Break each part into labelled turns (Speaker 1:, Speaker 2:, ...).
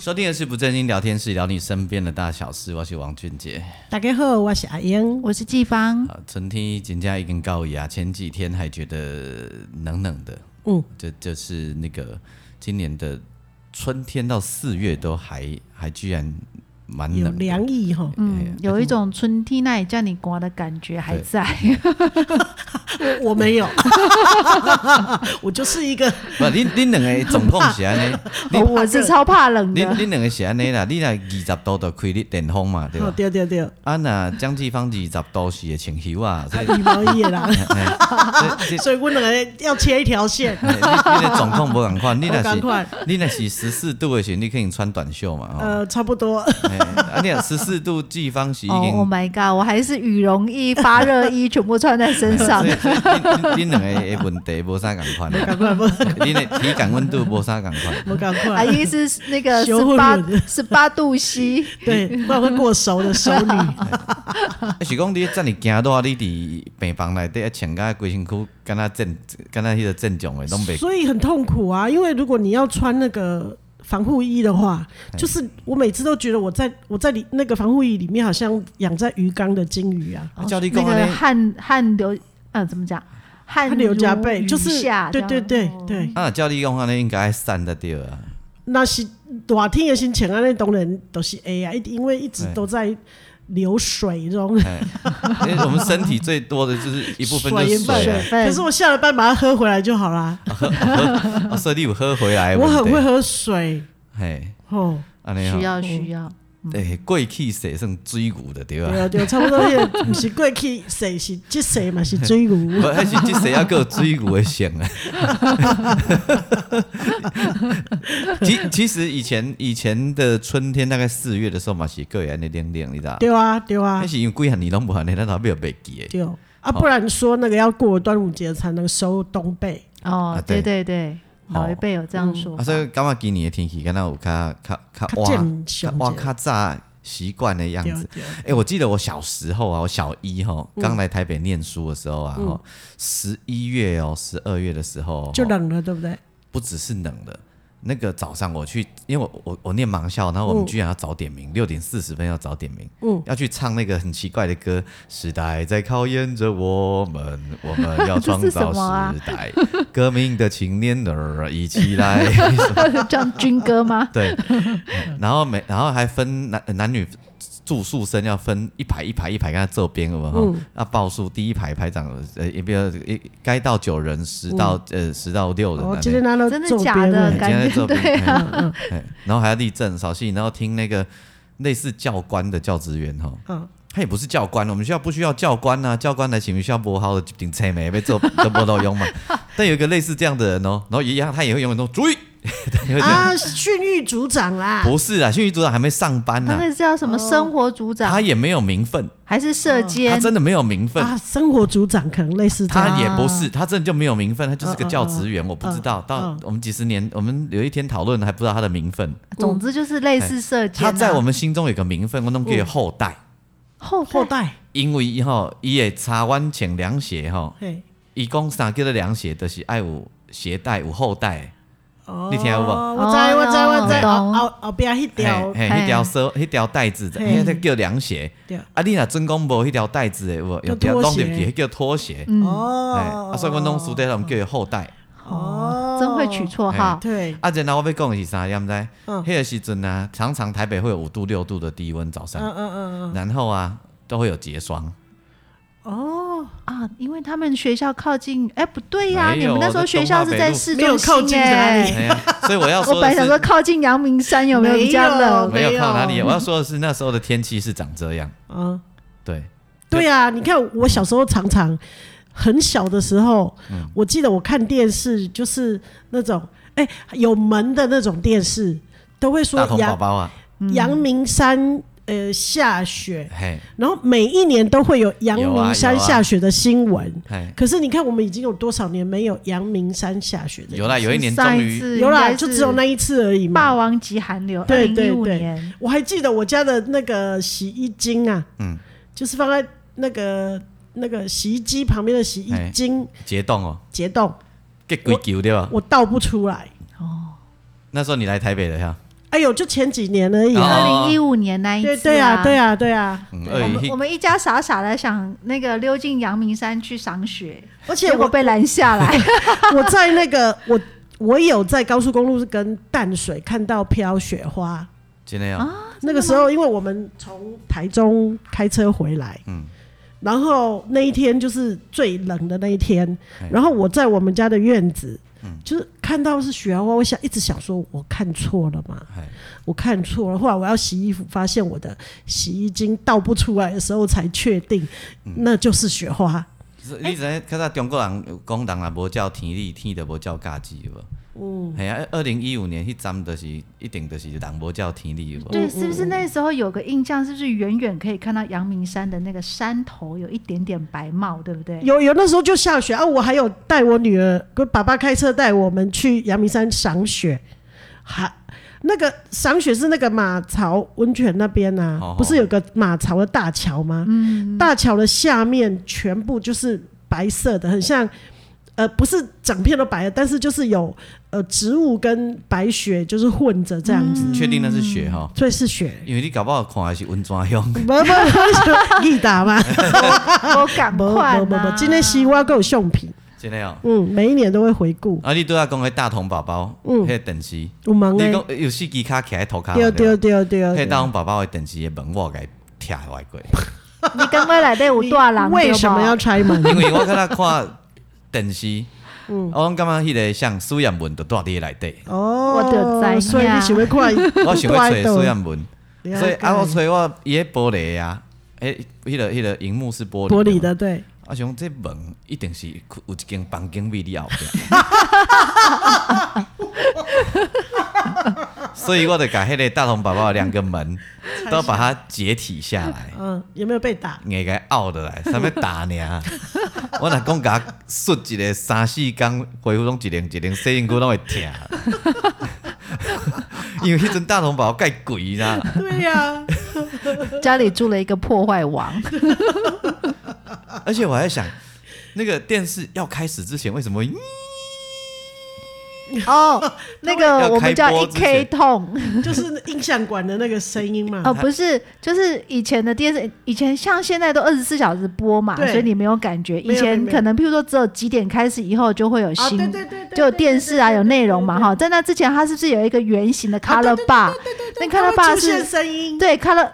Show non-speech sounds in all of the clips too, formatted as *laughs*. Speaker 1: 收听的是不正经聊天室，聊你身边的大小事。我是王俊杰。
Speaker 2: 大家好，我是阿英。
Speaker 3: 我是季芳，
Speaker 1: 啊，春天人家已经告矣啊，前几天还觉得冷冷的，
Speaker 2: 嗯，
Speaker 1: 这就是那个今年的春天到四月都还还居然蛮
Speaker 2: 有
Speaker 1: 冷的，
Speaker 2: 凉意哈，
Speaker 3: 嗯，有一种春天那里叫你刮的感觉还在。
Speaker 2: *laughs* 我我没有， *laughs* 我就是一个
Speaker 1: 不，恁恁两个总共
Speaker 2: *laughs*
Speaker 1: 是安尼，
Speaker 3: *laughs* 哦我是超怕冷
Speaker 1: 恁
Speaker 3: 的，哦
Speaker 1: 恁两个是安尼啦，你若二十度就开你电风嘛，对
Speaker 2: 哦
Speaker 1: 吧？
Speaker 2: 对对对，
Speaker 1: 啊，那江继芳二十度是会穿袖啊，
Speaker 2: *laughs*
Speaker 1: 所以
Speaker 2: 羽毛衣的啦，
Speaker 1: 嘿你
Speaker 2: 所以我两个要切一条线，
Speaker 1: 你你的状况无共款，你若
Speaker 2: 不同款
Speaker 1: 是你若是十四度的时候，你可以穿短袖嘛，吼。
Speaker 2: 呃，差不
Speaker 1: *laughs*
Speaker 2: 多。
Speaker 1: 嘿啊，你十四度季芳是已
Speaker 3: 哦
Speaker 1: 经
Speaker 3: ，Oh my god！我还是羽绒衣、发热衣全部穿在身
Speaker 1: *laughs*
Speaker 3: 上
Speaker 1: 所以，所以恁恁恁两个的问题无啥共款，
Speaker 2: *laughs*
Speaker 1: 啊
Speaker 2: 赶快不，
Speaker 1: 恁的体感温度无啥共款。
Speaker 2: *laughs* 我赶
Speaker 3: 阿
Speaker 2: 快，
Speaker 3: *laughs* 姨是那个
Speaker 2: 羞
Speaker 3: 十八
Speaker 2: 辱
Speaker 3: 十八度 *laughs* C，
Speaker 2: 对，不然会过熟的熟
Speaker 1: *laughs*
Speaker 2: 女。
Speaker 1: 啊是讲你遮尔惊热，你伫病房内底穿甲规身躯，敢若正敢若迄个正常的拢袂。
Speaker 2: 所以很痛苦啊，因为如果你要穿那个防护衣的话，
Speaker 1: 哎
Speaker 2: 就是我每次都觉得我在我在里那个防护衣里面好像养在鱼缸的金鱼啊，
Speaker 1: 啊照你
Speaker 3: 哦那
Speaker 1: 讲
Speaker 3: 个
Speaker 1: 安尼，
Speaker 3: 汗汗流，呃，怎么讲？汗
Speaker 2: 汗流浃背，
Speaker 3: 如雨
Speaker 2: 就是
Speaker 3: 下
Speaker 2: 对
Speaker 3: 这
Speaker 2: 对
Speaker 3: 样
Speaker 2: 对
Speaker 3: 哦
Speaker 2: 对，
Speaker 1: 啊，照你讲安尼应该散得着啊。
Speaker 2: *laughs* 那是热天的心情啊，那当然都是 A 啊，一因为一直
Speaker 1: 对
Speaker 2: 都在流水中。
Speaker 1: 哎，因为我们身体最多的就是一部分就是
Speaker 2: 水
Speaker 1: 水
Speaker 3: 水
Speaker 1: 啊
Speaker 3: 分。
Speaker 2: 可是我下了班把它喝回来就好啦。
Speaker 1: 啊，所以你有喝回来的
Speaker 2: 我
Speaker 1: 问
Speaker 2: 很
Speaker 1: 题。
Speaker 2: 会喝水
Speaker 1: 嘿，
Speaker 2: 哦，
Speaker 1: 安尼
Speaker 3: 需
Speaker 1: 吼，
Speaker 3: 要需要，
Speaker 1: 对，贵气水算水牛的对吧？
Speaker 2: 对啊对啊，差不多也不是过去水是这水嘛是追
Speaker 1: *laughs*
Speaker 2: 牛。
Speaker 1: 无，迄是即世还有水牛的性啊。 *laughs* 其其实以前以前的春天大概四月的时候嘛是个安尼凉凉，你知道？
Speaker 2: 对啊对啊
Speaker 1: 那，是因为几项年拢无安尼，咱老袂袂记的。
Speaker 2: 对哦啊，不然说那个要过端午节才能收冬被，
Speaker 3: 哦
Speaker 1: 啊，
Speaker 3: 对
Speaker 1: 对
Speaker 3: 对对，老一辈有这样说 *laughs*
Speaker 1: 啊，
Speaker 3: 法，
Speaker 1: 所以感觉今年的天气敢若有较较较
Speaker 2: 较
Speaker 1: 哇
Speaker 2: 正
Speaker 1: 较
Speaker 2: 常
Speaker 1: 哇
Speaker 2: 一点
Speaker 1: 较早习惯的样
Speaker 2: 对嗯
Speaker 1: 子。
Speaker 2: 对啊
Speaker 1: 哎、我记得我小时候啊，我小一吼，刚来台北念书的时候啊，吼、十一月哦，十二月的时候吼
Speaker 2: 嗯就冷了，对不对？
Speaker 1: 不只是冷的，那个早上我去，因为我我我念盲校，然后
Speaker 3: 嗯
Speaker 1: 我们居然要早点名，六、点四十分要早点名，
Speaker 2: 嗯
Speaker 1: 要去唱那个很奇怪的歌，时代在考验着我们，我们要
Speaker 3: *laughs* 这
Speaker 1: 创
Speaker 3: 是
Speaker 1: 造
Speaker 3: 什么啊
Speaker 1: 时代，革命的青年儿一起来，
Speaker 3: *laughs* 这样军歌
Speaker 1: *laughs*
Speaker 3: 吗？
Speaker 1: 对，然后每然后还分男男女。住宿生要分一排一排一排跟他这边，我们哈，
Speaker 3: 嗯
Speaker 1: 那报数第一排排长，呃，也不要，一该到九人，十到
Speaker 3: 嗯
Speaker 1: 呃十到六人，
Speaker 2: 哦，
Speaker 1: 那
Speaker 2: 今天拿到
Speaker 3: 真的
Speaker 2: 周
Speaker 3: 假
Speaker 2: 边
Speaker 3: 的
Speaker 2: 了
Speaker 3: 感
Speaker 1: 哎今天在
Speaker 3: 觉
Speaker 1: 这
Speaker 2: 嗯
Speaker 3: 对
Speaker 1: 边啊，哎然后还要立正、扫兴，然后听那个类似教官的教职员哈，
Speaker 2: 嗯，
Speaker 1: 他也不是教官，我们学校不需要教官呐、教官来请学校拨号的顶车没被做都不到
Speaker 2: *laughs*
Speaker 1: 用嘛。但有一个类似这样的人哦，然后一样他也会永远都注意， *laughs* 他也会这样，
Speaker 2: 啊，训育组长啦，
Speaker 1: 不是啊，训育组长还没上班
Speaker 2: 啊
Speaker 1: 呢、
Speaker 3: 他那是叫什么生活组
Speaker 1: 他
Speaker 3: 长，
Speaker 1: 也没有名分，
Speaker 3: 还是射
Speaker 1: 哦他
Speaker 3: 箭？
Speaker 1: 真的没有名分。
Speaker 2: 啊，生活组长可能类似这样，
Speaker 1: 他也不是，他真的就没有名分，他就是个教职员，我不知道。到
Speaker 2: 嗯
Speaker 1: 我们几十年，我们有一天讨论还不知道他的名分。
Speaker 3: 啊总之就是类似射箭啊。
Speaker 1: 他在我们心中有个名分，我弄给后代。
Speaker 3: 后
Speaker 2: 后
Speaker 3: 代
Speaker 2: 代，
Speaker 1: 因为伊吼，伊会查阮穿凉鞋吼，
Speaker 2: 嘿，
Speaker 1: 伊讲啥叫做凉鞋，就是爱有鞋带有后带，
Speaker 2: 哦，
Speaker 1: 你听有无
Speaker 2: 我知我知我知，
Speaker 3: 哦懂
Speaker 2: 后后边迄条
Speaker 3: 嘿
Speaker 1: 嘿，迄条绳，迄条带子，
Speaker 2: 嘿
Speaker 1: 迄个叫凉鞋。
Speaker 2: 对，
Speaker 1: 啊，你若真讲无迄条带子的有无，
Speaker 2: 叫
Speaker 1: 有条
Speaker 2: 拖
Speaker 1: 弄
Speaker 2: 鞋
Speaker 1: 入去，迄叫拖鞋。嘿
Speaker 2: 哦
Speaker 1: 啊，，所以阮拢输在人叫伊后带。
Speaker 2: 哦
Speaker 3: 真会取绰号，
Speaker 2: 对，
Speaker 1: 啊，然后我要讲的是啥，你知毋知？
Speaker 2: 嗯
Speaker 1: 迄个时阵啊，常常台北会有五度六度的低温早
Speaker 2: 嗯
Speaker 1: 上，
Speaker 2: 嗯嗯
Speaker 1: 然后啊都会有结霜。
Speaker 2: 嗯，哦，
Speaker 3: 啊，因为他们学校靠近，哎，不对呀，
Speaker 1: 哎没
Speaker 3: 你
Speaker 1: 有
Speaker 3: 们那时候学校是在市
Speaker 2: 没有
Speaker 3: 中
Speaker 2: 靠近
Speaker 3: 心
Speaker 2: 哪里
Speaker 3: 哎。
Speaker 1: 哎呀，所以我
Speaker 2: *laughs*
Speaker 1: 要
Speaker 3: 我
Speaker 1: 说
Speaker 3: 本
Speaker 1: 的
Speaker 3: 来想说
Speaker 1: 是，
Speaker 3: 靠近阳明山有没有比较冷？
Speaker 1: 没有靠哪
Speaker 2: 没
Speaker 1: 里，
Speaker 2: 有
Speaker 1: 我要说的是那时候的天气是长这样。
Speaker 2: 嗯，
Speaker 1: 对，
Speaker 2: 对呀，你看我小时候常常很小的时候，
Speaker 1: 嗯
Speaker 2: 我记得我看电视就是那种哎、有门的那种电视，都会说
Speaker 1: 大童宝
Speaker 2: 阳
Speaker 1: 宝啊，
Speaker 3: 嗯
Speaker 2: 阳明山呃下雪，
Speaker 1: 嘿，
Speaker 2: 然后每一年都会有阳
Speaker 1: 有啊
Speaker 2: 明山
Speaker 1: 有啊
Speaker 2: 下雪的新闻。
Speaker 1: 嘿，
Speaker 2: 可是你看，我们已经有多少年没有阳明山下雪的？
Speaker 1: 有啦，有一年
Speaker 3: 上
Speaker 1: 终
Speaker 3: 一
Speaker 1: 于
Speaker 3: 次
Speaker 2: 有啦，
Speaker 3: 应该
Speaker 2: 就是只有那一次而已
Speaker 3: 霸
Speaker 2: 嘛。
Speaker 3: 王级寒流，二
Speaker 2: 对
Speaker 3: 零
Speaker 2: 对
Speaker 3: 一五
Speaker 2: 对
Speaker 3: 年，
Speaker 2: 我还记得我家的那个洗衣精啊，
Speaker 1: 嗯
Speaker 2: 就是放在那个那个洗衣机旁边的洗衣精
Speaker 1: 结冻哦，
Speaker 2: 结冻，
Speaker 1: 给鬼球对吧？
Speaker 2: 我倒不出来。
Speaker 1: 那时候你来台北了呀？
Speaker 2: 哎呦，就前几年而已啊。
Speaker 3: 二
Speaker 1: 哦
Speaker 3: 零一五年那一次、
Speaker 2: 对对啊，对
Speaker 3: 啊。
Speaker 2: 啊，对啊。
Speaker 1: 嗯，
Speaker 3: 我
Speaker 1: 二
Speaker 3: 们
Speaker 1: 一
Speaker 3: 我们一家傻傻的想那个溜进阳明山去赏雪，
Speaker 2: 而且
Speaker 3: 结 *laughs* 果
Speaker 2: 我
Speaker 3: 被拦下来。
Speaker 2: 我在那个我我有在高速公路跟淡水看到飘雪花。
Speaker 1: 今天啊，
Speaker 2: 那个时候，因为我们从台中开车回来，嗯，然后那一天就是最冷的那一天
Speaker 1: 哎，
Speaker 2: 然后我在我们家的院子，就是看到是雪花，我想一直想说我看错了嘛
Speaker 1: 哎，
Speaker 2: 我看错了。后来我要洗衣服，发现我的洗衣精倒不出来的时候，才确定那就是雪花。
Speaker 1: 是你知影，较早中国人讲人也无照天理，天就无照家己有无？嗯，系啊，二零一五年迄站就是一定就是人无照天理有无？
Speaker 3: 对，是不是那时候有个印象？是不是远远可以看到阳明山的那个山头有一点点白帽，对不对？
Speaker 2: 有有那时候就下雪啊，我还有带我女儿跟爸爸开车带我们去阳明山赏雪，还那个赏雪是那个马槽温泉那边呐、
Speaker 1: 哦
Speaker 2: 不是有个马槽的大桥吗？大桥的下面全部就是白色的，很像。呃，不是整片都白的，但是就是有呃植物跟白雪就是混着这样子，
Speaker 1: 确定那是雪吼？
Speaker 2: 所以是雪。
Speaker 1: 因为你搞不好看的是温泉乡， *laughs*
Speaker 2: 不不不，你打吗？
Speaker 3: *laughs* 我赶
Speaker 2: 不
Speaker 3: 快
Speaker 2: 不不不，今天西瓜够用品，
Speaker 1: 真的哦。
Speaker 2: 嗯，每一年都会回顾。
Speaker 1: 啊，你对我讲迄大童宝宝，迄个电视，你
Speaker 2: 有门诶，
Speaker 1: 讲啊有四支卡徛喺涂骹，
Speaker 2: 嗯对对
Speaker 1: 对
Speaker 2: 对
Speaker 1: 不对
Speaker 2: 对
Speaker 1: 迄大童宝宝的电视的门我给拆坏过，
Speaker 3: 你刚刚来的有大 *laughs* 郎，
Speaker 2: 为什么要拆门？
Speaker 1: 因为我看他看电视，我拢感觉迄个像苏彦文就住伫内底，
Speaker 2: 哦，
Speaker 3: 我就知影
Speaker 2: 所以你想要看
Speaker 1: *laughs* 我想要
Speaker 2: 看
Speaker 1: 找苏
Speaker 2: *laughs*
Speaker 1: 彦文。
Speaker 2: 了解
Speaker 1: 所以啊，我吹我伊个玻璃啊，诶、迄、个迄、个荧幕是玻璃
Speaker 2: 玻璃
Speaker 1: 嘛。
Speaker 2: 的，对，
Speaker 1: 啊，想这门一定是有一间房间位你后壁，所以我就把迄个大同宝宝的两个门都把它解体下来，
Speaker 2: 嗯，有没有被打？
Speaker 1: 硬给它拗的来，啥物打呢？我若讲甲摔一个三四工，恢复拢一零一零，洗身躯拢会疼。 *laughs* 因为迄阵大同宝宝介贵啦，
Speaker 2: 对啊
Speaker 1: *laughs*
Speaker 2: 呀，
Speaker 3: 家里住了一个破坏 *laughs* 王？
Speaker 1: 而且我还想，那个电视要开始之前，为什么会
Speaker 3: 哦，那个我们叫
Speaker 1: *laughs* 要开播
Speaker 3: 一
Speaker 1: 之前
Speaker 3: K 痛 *laughs*
Speaker 2: 就是印象馆的那个声音嘛。
Speaker 3: 哦，不是，就是以前的电视，以前像现在都二十四小时播嘛，
Speaker 2: 对
Speaker 3: 所以你没有感觉。
Speaker 2: 没有
Speaker 3: 以前可能譬如说只有哦几点开始以后就会有
Speaker 2: 啊，
Speaker 3: 新
Speaker 2: 对对对，对
Speaker 3: 就有电视啊，有内容嘛，。哈。在那之前，它是不是有一个圆形的 color bar？那
Speaker 2: 看
Speaker 3: color
Speaker 2: 到
Speaker 3: bar
Speaker 2: 出现
Speaker 3: 是
Speaker 2: 声音，
Speaker 3: 对 color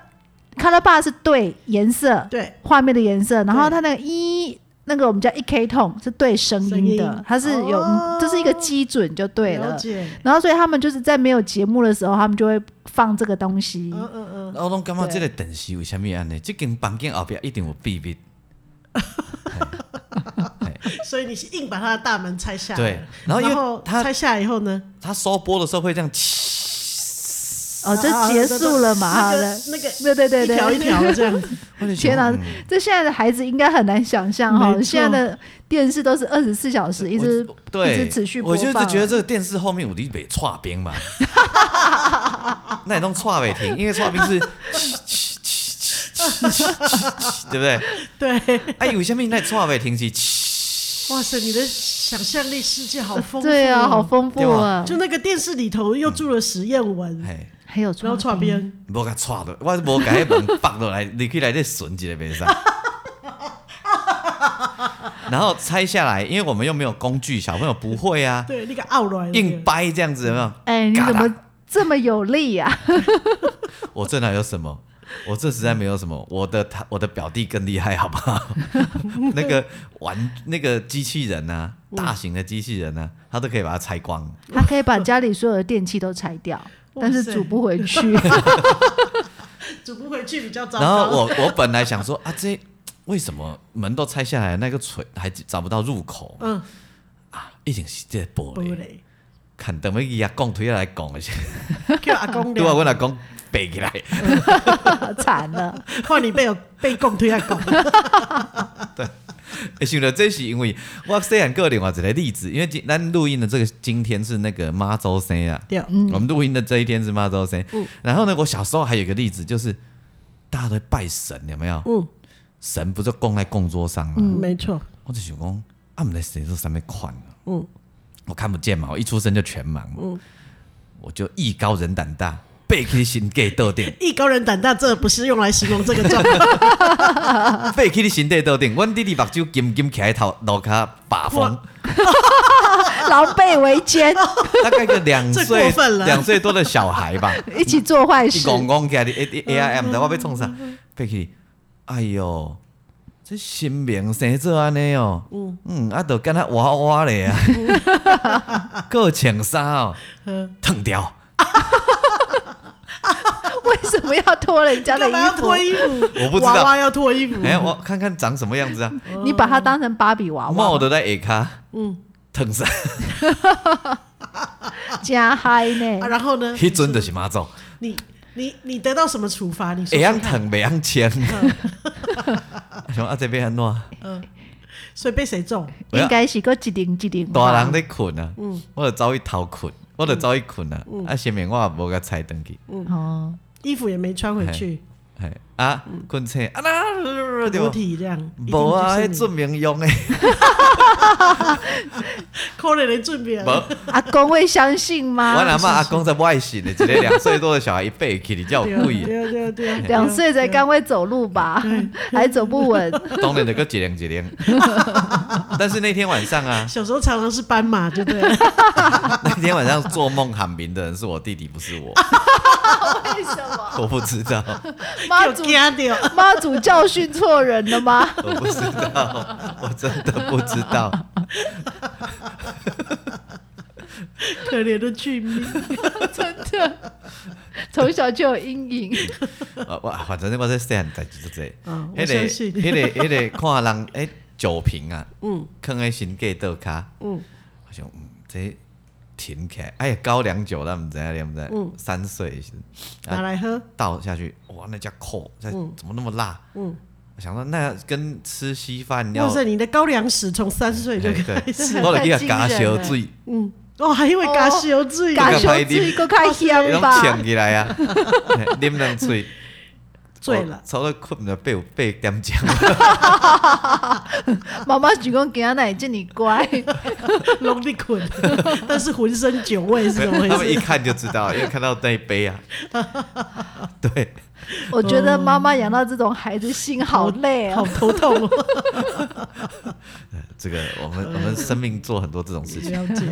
Speaker 3: color bar 是对颜色
Speaker 2: 对，
Speaker 3: 画面的颜色，然后
Speaker 2: 对
Speaker 3: 它那个一那个我们叫一 k 痛是对声音
Speaker 2: 声
Speaker 3: 的
Speaker 2: 音，
Speaker 3: 它是有
Speaker 2: 哦
Speaker 3: 这是一个基准就对了
Speaker 2: 了。解。
Speaker 3: 然后所以他们就是在没有节目的时候，他们就会放这个东西。
Speaker 2: 嗯嗯嗯，
Speaker 1: 我拢感觉
Speaker 3: 对
Speaker 1: 这个电视为什么安尼？这间房间后壁一定有秘密。
Speaker 2: 所以你是硬把他的大门拆下来，
Speaker 1: 对然
Speaker 2: 然
Speaker 1: 后因为他
Speaker 2: 拆下来以后呢，
Speaker 1: 他收播的时候会这样，
Speaker 3: 哦，这
Speaker 2: 啊
Speaker 3: 结束了
Speaker 2: 那
Speaker 3: 嘛？哈
Speaker 2: 个
Speaker 3: 对
Speaker 2: 那个
Speaker 3: 对对对
Speaker 2: 一条一条的这样子，
Speaker 3: 天啊
Speaker 1: 嗯
Speaker 3: 哪、这现在的孩子应该很难想象哈
Speaker 2: 没，错
Speaker 3: 现在的电视都是二十四小时一直
Speaker 1: 我对
Speaker 3: 一直持续播
Speaker 1: 我就是
Speaker 3: 放啊
Speaker 1: 觉得这个电视后面有你被串边嘛， *laughs* 那你弄串尾停，因为串边是 *laughs* 对不对？
Speaker 2: 对，
Speaker 1: 哎，为什么那串尾停是？ *laughs*
Speaker 2: 哇塞，你的想象力世界好丰富，哦
Speaker 3: 对啊，好丰富啊，
Speaker 2: 就那个电视里头又住了实验文，
Speaker 1: 哎，嗯
Speaker 3: 还有
Speaker 2: 然后
Speaker 3: 创
Speaker 2: 串
Speaker 3: 边。
Speaker 2: 边，
Speaker 1: 无甲串落，我无甲迄门放落来，你去来这顺一个袂使。 *laughs* 然后拆下来，因为我们又没有工具，小朋友不会啊，
Speaker 2: 对，那个奥软
Speaker 1: 硬掰这样子有没有？
Speaker 3: 哎，你
Speaker 1: 嘎
Speaker 3: 怎
Speaker 1: 啦
Speaker 3: 么这么有力啊呀、
Speaker 1: 我这哪有什么？我这实在没有什么，我的他我的表弟更厉害，好不
Speaker 2: *laughs*
Speaker 1: 好？那个玩那个机器人啊，
Speaker 2: 嗯
Speaker 1: 大型的机器人啊，他都可以把它拆光。
Speaker 2: *laughs*
Speaker 3: 他可以把家里所有的电器都拆掉，
Speaker 2: 哇
Speaker 3: 但是
Speaker 2: 塞
Speaker 3: 煮不回去。
Speaker 2: *laughs* 煮不回去比较糟
Speaker 1: 然后
Speaker 2: 糕。
Speaker 1: 我我本来想说啊，这为什么门都拆下来，那个锤还找不到入口
Speaker 2: 嗯，
Speaker 1: 啊？一定是这玻
Speaker 2: 不
Speaker 1: 璃。
Speaker 2: 嘞，
Speaker 1: 看等要牙讲推下来讲的是，
Speaker 2: 叫阿公
Speaker 1: 拄啊，
Speaker 2: 聊，
Speaker 1: 阮阿公背起来，
Speaker 3: 惨了， *laughs*
Speaker 2: 换你被有被供推下拱，
Speaker 1: 会想到这是因为我虽然个另外一个例子，因为今咱录音的这个今天是那个妈周生啊，
Speaker 2: 对，
Speaker 1: 我们录音的这一天是妈周生。
Speaker 2: 嗯
Speaker 1: 然后呢，我小时候还有一个例子，就是大家都拜神，有没有？
Speaker 2: 嗯
Speaker 1: 神不就供在供桌上吗？
Speaker 2: 嗯，没错，
Speaker 1: 我就想讲，啊，毋知谁是啥物款啊，
Speaker 2: 嗯
Speaker 1: 我看不见嘛，我一出生就全盲，
Speaker 2: 嗯
Speaker 1: 我就艺高人胆大，背起心给斗定，
Speaker 2: *laughs* 艺高人胆大，这不是用来形容这个
Speaker 3: *laughs*
Speaker 2: 状态。
Speaker 1: 背起你心底斗定。阮弟弟目睭金金徛喺头楼骹把风，
Speaker 3: 狼狈为奸，
Speaker 1: 大概个两
Speaker 2: *laughs* 这
Speaker 1: 岁
Speaker 2: 过分了
Speaker 1: 两岁多的小孩吧，
Speaker 3: 一起做
Speaker 1: *laughs*
Speaker 3: 坏
Speaker 1: 一
Speaker 3: 事，
Speaker 1: 戆戆起来，一 A I M 的，我要创啥？背起，哎哟，这新明生做安尼哦，嗯嗯，啊，都敢若娃娃咧啊， *laughs* 够穿衫哦，
Speaker 2: 嗯
Speaker 1: 烫掉。
Speaker 3: 为什么要脱人家
Speaker 2: 干
Speaker 3: 的
Speaker 2: 嘛
Speaker 3: 衣
Speaker 2: 要
Speaker 3: 服？
Speaker 2: 脱衣服？
Speaker 1: 我不知道
Speaker 2: 娃娃要脱衣服。
Speaker 1: 哎、我看看长什么样子啊？
Speaker 3: 你把它当成芭比娃
Speaker 1: 帽
Speaker 3: 娃，
Speaker 1: 都在下骹，嗯，烫衫。 *laughs*
Speaker 3: 加嗨
Speaker 2: 啊，
Speaker 3: 呢？
Speaker 2: 然后呢？
Speaker 1: 迄阵就是妈 *laughs* 祖，
Speaker 2: 你你你得到什么处罚？你说
Speaker 1: 会
Speaker 2: 说
Speaker 1: 晓
Speaker 2: 看。
Speaker 1: 烫，袂晓穿。 *laughs* 想啊，这边安怎？
Speaker 2: 所以被谁中？
Speaker 1: 我要
Speaker 3: 应该是个一顶一顶吧，
Speaker 1: 大人咧困啊，我就走去偷困，我就走去困啊。啊，前面我也无甲踩登去，
Speaker 3: 哦，
Speaker 2: 衣服也没穿回去，
Speaker 1: 嘿啊，困醒啊啦，对
Speaker 2: 裸嗯
Speaker 1: 吧？
Speaker 2: 体这样。
Speaker 1: 无啊，
Speaker 2: 一定就
Speaker 1: 迄
Speaker 2: 是
Speaker 1: 准
Speaker 2: 你
Speaker 1: 明用
Speaker 2: *laughs*
Speaker 1: 诶，
Speaker 2: 可怜的准备啊
Speaker 1: 无。啊
Speaker 3: 阿公会相信
Speaker 1: 我
Speaker 3: 吗？
Speaker 1: 阿嬷阿公在外省的，一个两岁多的小孩一背起，你叫我
Speaker 2: 对啊
Speaker 1: 贵，啊
Speaker 2: 对对对，
Speaker 3: 两岁才刚会走路吧，还走不
Speaker 2: *laughs*
Speaker 3: 稳，
Speaker 2: 啊
Speaker 1: 当然得个一零一零。但是那天晚
Speaker 2: *laughs*
Speaker 1: 上啊，
Speaker 2: 小时候常常是斑马，对不
Speaker 3: *laughs*
Speaker 2: 对了？
Speaker 1: 那天晚上做梦喊名的人是我弟弟，不是我，
Speaker 3: 为什么？
Speaker 2: *laughs*
Speaker 1: 我不知道，
Speaker 3: 妈
Speaker 2: 有
Speaker 3: 祖
Speaker 2: 惊掉。
Speaker 3: 妈祖教训错人了吗？ *laughs*
Speaker 1: 我不知道，我真的不知道。
Speaker 2: 可怜的俊
Speaker 1: *laughs*
Speaker 2: 民，
Speaker 1: 啊
Speaker 3: 真的，从小就有阴影。
Speaker 1: 呃，我反正我在汉代志就这
Speaker 2: 嗯，我
Speaker 1: 迄
Speaker 2: 相
Speaker 1: 个
Speaker 2: 信
Speaker 1: 迄个迄个看人诶酒瓶啊，
Speaker 2: 嗯
Speaker 1: 放喺新界倒卡，
Speaker 2: 嗯，
Speaker 1: 我想嗯这停起来，哎呀高粱酒咱毋知影，你毋知
Speaker 2: 嗯
Speaker 1: 影，三岁时啊
Speaker 2: 拿来喝，
Speaker 1: 倒下去，哇那叫扣，这
Speaker 2: 嗯
Speaker 1: 怎么那么辣？
Speaker 2: 嗯，
Speaker 1: 我想说那跟吃稀饭要
Speaker 2: 哇塞，你的高粱史从三岁就 *laughs*
Speaker 1: 嘿
Speaker 2: 开始，啊
Speaker 1: 对我来去甲
Speaker 3: 太
Speaker 1: 加
Speaker 3: 惊人
Speaker 1: 烧
Speaker 3: 了
Speaker 1: 水。
Speaker 2: 嗯，哦，还因为加油自己
Speaker 1: 哦
Speaker 3: 感受自己够开心
Speaker 1: 拢
Speaker 3: 吧？
Speaker 1: 呛起
Speaker 2: *laughs*
Speaker 1: 来啊，嘿啉两喙，
Speaker 2: 醉了，
Speaker 1: *laughs* 差不多困了八有八点钟，
Speaker 3: *laughs* 妈妈只讲给他奶见你
Speaker 2: *laughs*
Speaker 3: 乖，
Speaker 2: 拢力捆，但是浑身酒味 *laughs* 是怎么
Speaker 1: 他们
Speaker 2: 回
Speaker 1: 一
Speaker 2: 事？
Speaker 1: 看就知道，因为看到那一杯啊， *laughs* 对，
Speaker 3: 我觉得妈妈养到这种孩子心好累
Speaker 2: 好
Speaker 3: 哦。
Speaker 2: 头痛
Speaker 1: *laughs*
Speaker 2: 哦，
Speaker 1: 这个我们我们生命做很多这种事情，
Speaker 2: 了解，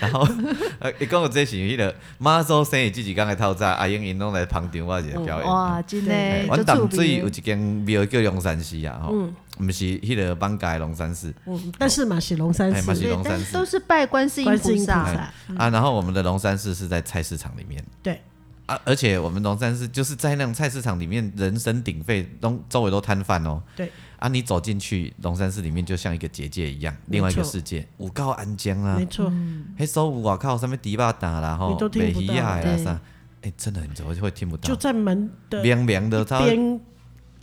Speaker 1: 然后 *laughs* 呃，一共有这是迄个妈祖生日自己刚才透早，阿英因拢来旁听我一个表演。
Speaker 3: 嗯哇，真
Speaker 1: 嘿
Speaker 3: 的，
Speaker 1: 哎阮淡水有一
Speaker 3: 边
Speaker 1: 间庙叫龙山寺啊，吼，毋是迄个放假的龙山寺，
Speaker 2: 嗯，但是嘛，是龙山
Speaker 1: 哎嘛是
Speaker 2: 寺，
Speaker 1: 龙山
Speaker 3: 但
Speaker 1: 寺
Speaker 3: 是都是拜观世音
Speaker 2: 观世
Speaker 3: 菩
Speaker 2: 音菩
Speaker 3: 萨
Speaker 2: 萨。
Speaker 1: 哎啊，然后我们的龙山寺是在菜市场里面，
Speaker 2: 对，
Speaker 1: 啊，而且我们龙山寺就是在那种菜市场里面，人声鼎沸，都周围都摊贩哦。
Speaker 2: 对，
Speaker 1: 啊，你走进去龙山寺里面，就像一个结界一样，
Speaker 2: 没
Speaker 1: 另外一个
Speaker 2: 错
Speaker 1: 世界，五告安江啊
Speaker 2: 没，错，
Speaker 3: 嗯
Speaker 1: 黑手五我靠，上面迪巴达啦，吼
Speaker 2: 你都，听
Speaker 1: 北
Speaker 2: 不
Speaker 1: 西
Speaker 2: 到
Speaker 1: 亚啦
Speaker 3: 对
Speaker 1: 啥，哎，真的你怎么就会听不到
Speaker 2: 就？在门的
Speaker 1: 凉凉的，它
Speaker 2: 边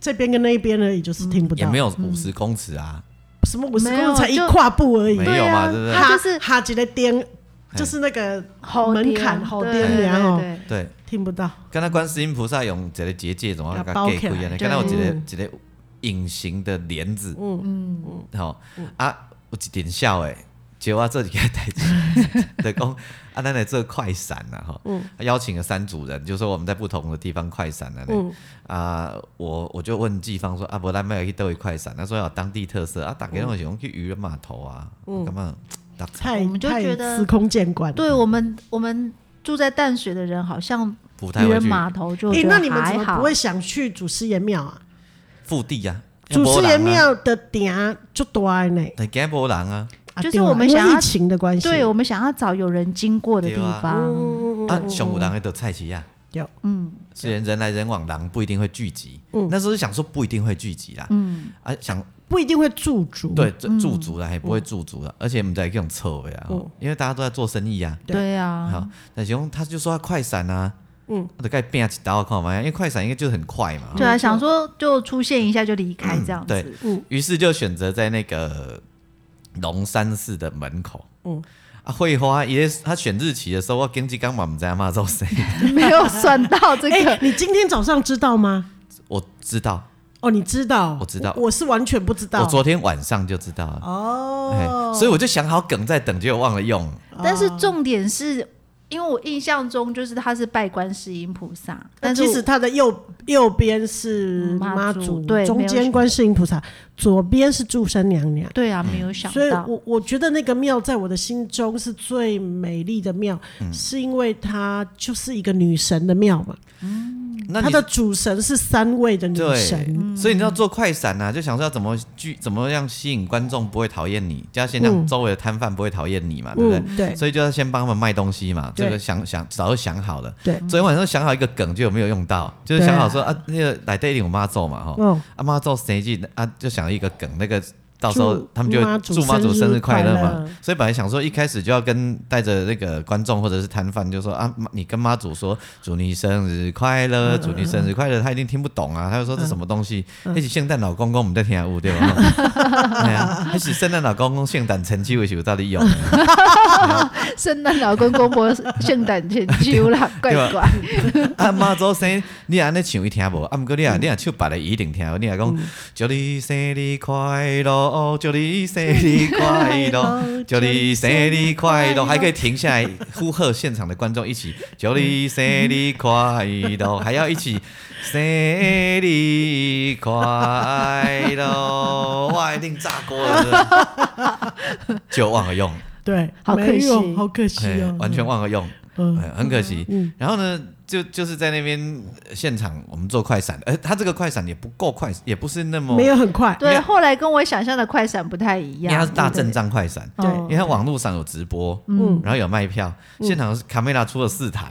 Speaker 2: 这边跟那一边而已，就是听不
Speaker 1: 也
Speaker 2: 到，嗯
Speaker 1: 没有五十公尺啊，
Speaker 2: 什么五十
Speaker 3: 没有
Speaker 2: 公才一
Speaker 3: 就
Speaker 2: 跨步而已，
Speaker 1: 哎没有嘛
Speaker 3: 啊
Speaker 1: 对不对
Speaker 3: 他就是
Speaker 2: 哈吉的颠，就是那个
Speaker 3: 好
Speaker 2: 门槛好啊哦颠
Speaker 3: 然
Speaker 2: 然
Speaker 3: 后
Speaker 2: 后
Speaker 1: 对。
Speaker 2: 听不到，
Speaker 1: 敢若观世音菩萨用一个结界，怎么
Speaker 2: 给
Speaker 1: 甲
Speaker 2: 它包
Speaker 1: 隔
Speaker 2: 起
Speaker 1: 开
Speaker 2: 来
Speaker 1: 安尼？
Speaker 3: 对
Speaker 1: 敢若有一个
Speaker 2: 嗯
Speaker 1: 一个隐形的帘子，
Speaker 2: 嗯
Speaker 1: 嗯嗯，吼啊，有一点笑诶，就我做一件代志，就讲啊，咱来做快闪啦吼，啊邀请了三组人，就说我们在不同的地方快闪啊，
Speaker 2: 嗯
Speaker 1: 啊，我我就问季芳说啊，无咱要去倒去快闪，他说要有当地特色啊，大家拢是讲去渔人码头啊，干嘛？搭
Speaker 2: 太
Speaker 3: 我们就
Speaker 2: 太
Speaker 3: 觉得
Speaker 2: 司空见惯。
Speaker 3: 对我们我们住在淡水的人，好像
Speaker 1: 不太
Speaker 3: 渔
Speaker 1: 会
Speaker 3: 人
Speaker 1: 去
Speaker 3: 码头就
Speaker 2: 哎、
Speaker 3: 觉得
Speaker 2: 那你们怎
Speaker 3: 还
Speaker 2: 么
Speaker 3: 好
Speaker 2: 不。会想去祖师爷庙啊？
Speaker 1: 腹地啊，
Speaker 2: 祖师
Speaker 1: 没
Speaker 2: 爷
Speaker 1: 人啊，
Speaker 2: 庙的埕就多爱呢，
Speaker 1: 但惊无人啊。
Speaker 2: 啊
Speaker 3: 就是
Speaker 2: 对啊
Speaker 3: 我们
Speaker 2: 因为
Speaker 3: 想要
Speaker 2: 疫情的关系，
Speaker 3: 对我们想要找有人经过的地
Speaker 1: 对啊
Speaker 3: 方，
Speaker 1: 啊，上有人的就菜市啊，
Speaker 2: 有，
Speaker 1: 嗯，虽然人来人往，人不一定会聚集，那时候想说不一定会聚集啦，嗯，啊，想
Speaker 2: 不一定会驻足。
Speaker 1: 对，驻驻足了，也不会驻足了，而且我们在种臭味啊
Speaker 2: 嗯，
Speaker 1: 因为大家都在做生意啊。
Speaker 2: 对
Speaker 3: 对啊，
Speaker 1: 好，那熊他就说他快闪啊，
Speaker 2: 嗯，
Speaker 1: 他该变起刀看嘛，因为快闪应该就是很快嘛。
Speaker 3: 对啊，想说就出现一下就离开这样子，
Speaker 1: 嗯对于是就选择在那个龙山寺的门口。
Speaker 2: 嗯
Speaker 1: 啊，会花也他选日期的时候，我根基刚嘛，我们在骂周谁？
Speaker 3: *laughs* 没有算
Speaker 2: *laughs*
Speaker 3: 到这
Speaker 2: 哎、
Speaker 3: 个，
Speaker 2: 你今天早上知道吗？
Speaker 1: 我知道，
Speaker 2: 哦，你知道，
Speaker 1: 我知道
Speaker 2: 我是完全不知道。
Speaker 1: 我昨天晚上就知道了。哎
Speaker 2: 哦，
Speaker 1: 所以我就想好梗再等，结果忘了用。
Speaker 3: 但是重点是。因为我印象中就是他是拜观世音菩萨，
Speaker 2: 那
Speaker 3: 但是
Speaker 2: 其实它的右右边是
Speaker 3: 嗯妈
Speaker 2: 妈
Speaker 3: 祖
Speaker 2: 祖，
Speaker 3: 对没
Speaker 2: 中
Speaker 3: 有
Speaker 2: 间
Speaker 3: 选
Speaker 2: 观世音菩萨，左边是祝生娘娘。
Speaker 3: 对啊，没有想
Speaker 2: 所以
Speaker 3: 到，
Speaker 2: 我我觉得那个庙在我的心中是最美丽的庙，
Speaker 1: 嗯
Speaker 2: 是因为它就是一个女神的庙嘛，
Speaker 1: 那
Speaker 2: 它
Speaker 1: 你
Speaker 2: 的主神是三位的女神。
Speaker 1: 对，所以你要做快闪啊，就想说要怎么聚，怎么样吸引观众不会讨厌你，加先让
Speaker 2: 嗯
Speaker 1: 周围的摊贩不会讨厌你嘛，对不对？
Speaker 2: 嗯，对
Speaker 1: 所以就要先帮他们卖东西嘛，
Speaker 2: 对
Speaker 1: 这个想想早就想好了。
Speaker 2: 对，
Speaker 1: 昨天晚上想好一个梗，就有没有用到？就是想好说啊，那个来 dating 我妈做嘛哈，
Speaker 2: 哦，
Speaker 1: 阿妈做谁记啊，就想了一个梗，那个到时候
Speaker 2: 祝
Speaker 1: 他们就
Speaker 2: 妈祖
Speaker 1: 祝妈祖生日快乐
Speaker 2: 生日快
Speaker 1: 嘛
Speaker 2: 乐。
Speaker 1: 所以本来想说一开始就要跟带着那个观众或者是摊贩就说啊，妈你跟妈祖说祝你生日快乐，祝你生日快乐，他一定听不懂啊，他就说这什么东西？那是圣诞老公公，我们在听下舞对吧？哎呀，那是圣诞老公公圣诞成绩为什么到底有？
Speaker 3: 圣诞老公公婆圣诞 *laughs* 千秋啦，怪怪。
Speaker 1: 啊，妈祖生，你安尼唱伊听无？啊，毋过你啊，你啊唱别个伊一定听。你若讲，祝你生日快乐，祝你生日快 *laughs* 乐，祝你生日快乐，还嗯可以停下来呼喝现场的观众一起，祝你生日快 *laughs* 乐，还要一起生日快乐。 *laughs* 哇，一定炸锅了， *laughs* 就忘了用，
Speaker 2: 对，
Speaker 3: 好可惜
Speaker 2: 没有好可惜
Speaker 1: 哎
Speaker 2: 哦，
Speaker 1: 完全忘了用。
Speaker 2: 嗯，
Speaker 1: 哎很可惜。
Speaker 2: 嗯
Speaker 1: 然后呢，就就是在那边呃现场我们做快闪，而他这个快闪也不够快，也不是那么
Speaker 2: 没，有很快，
Speaker 3: 对，啊后来跟我想象的快闪不太一
Speaker 1: 因为他
Speaker 3: 样
Speaker 1: 是。大阵仗快闪，
Speaker 2: 对
Speaker 3: 哦
Speaker 1: 因为他网络上有直播，
Speaker 2: 嗯，
Speaker 1: 然后有卖票，现场是卡梅拉出了四台，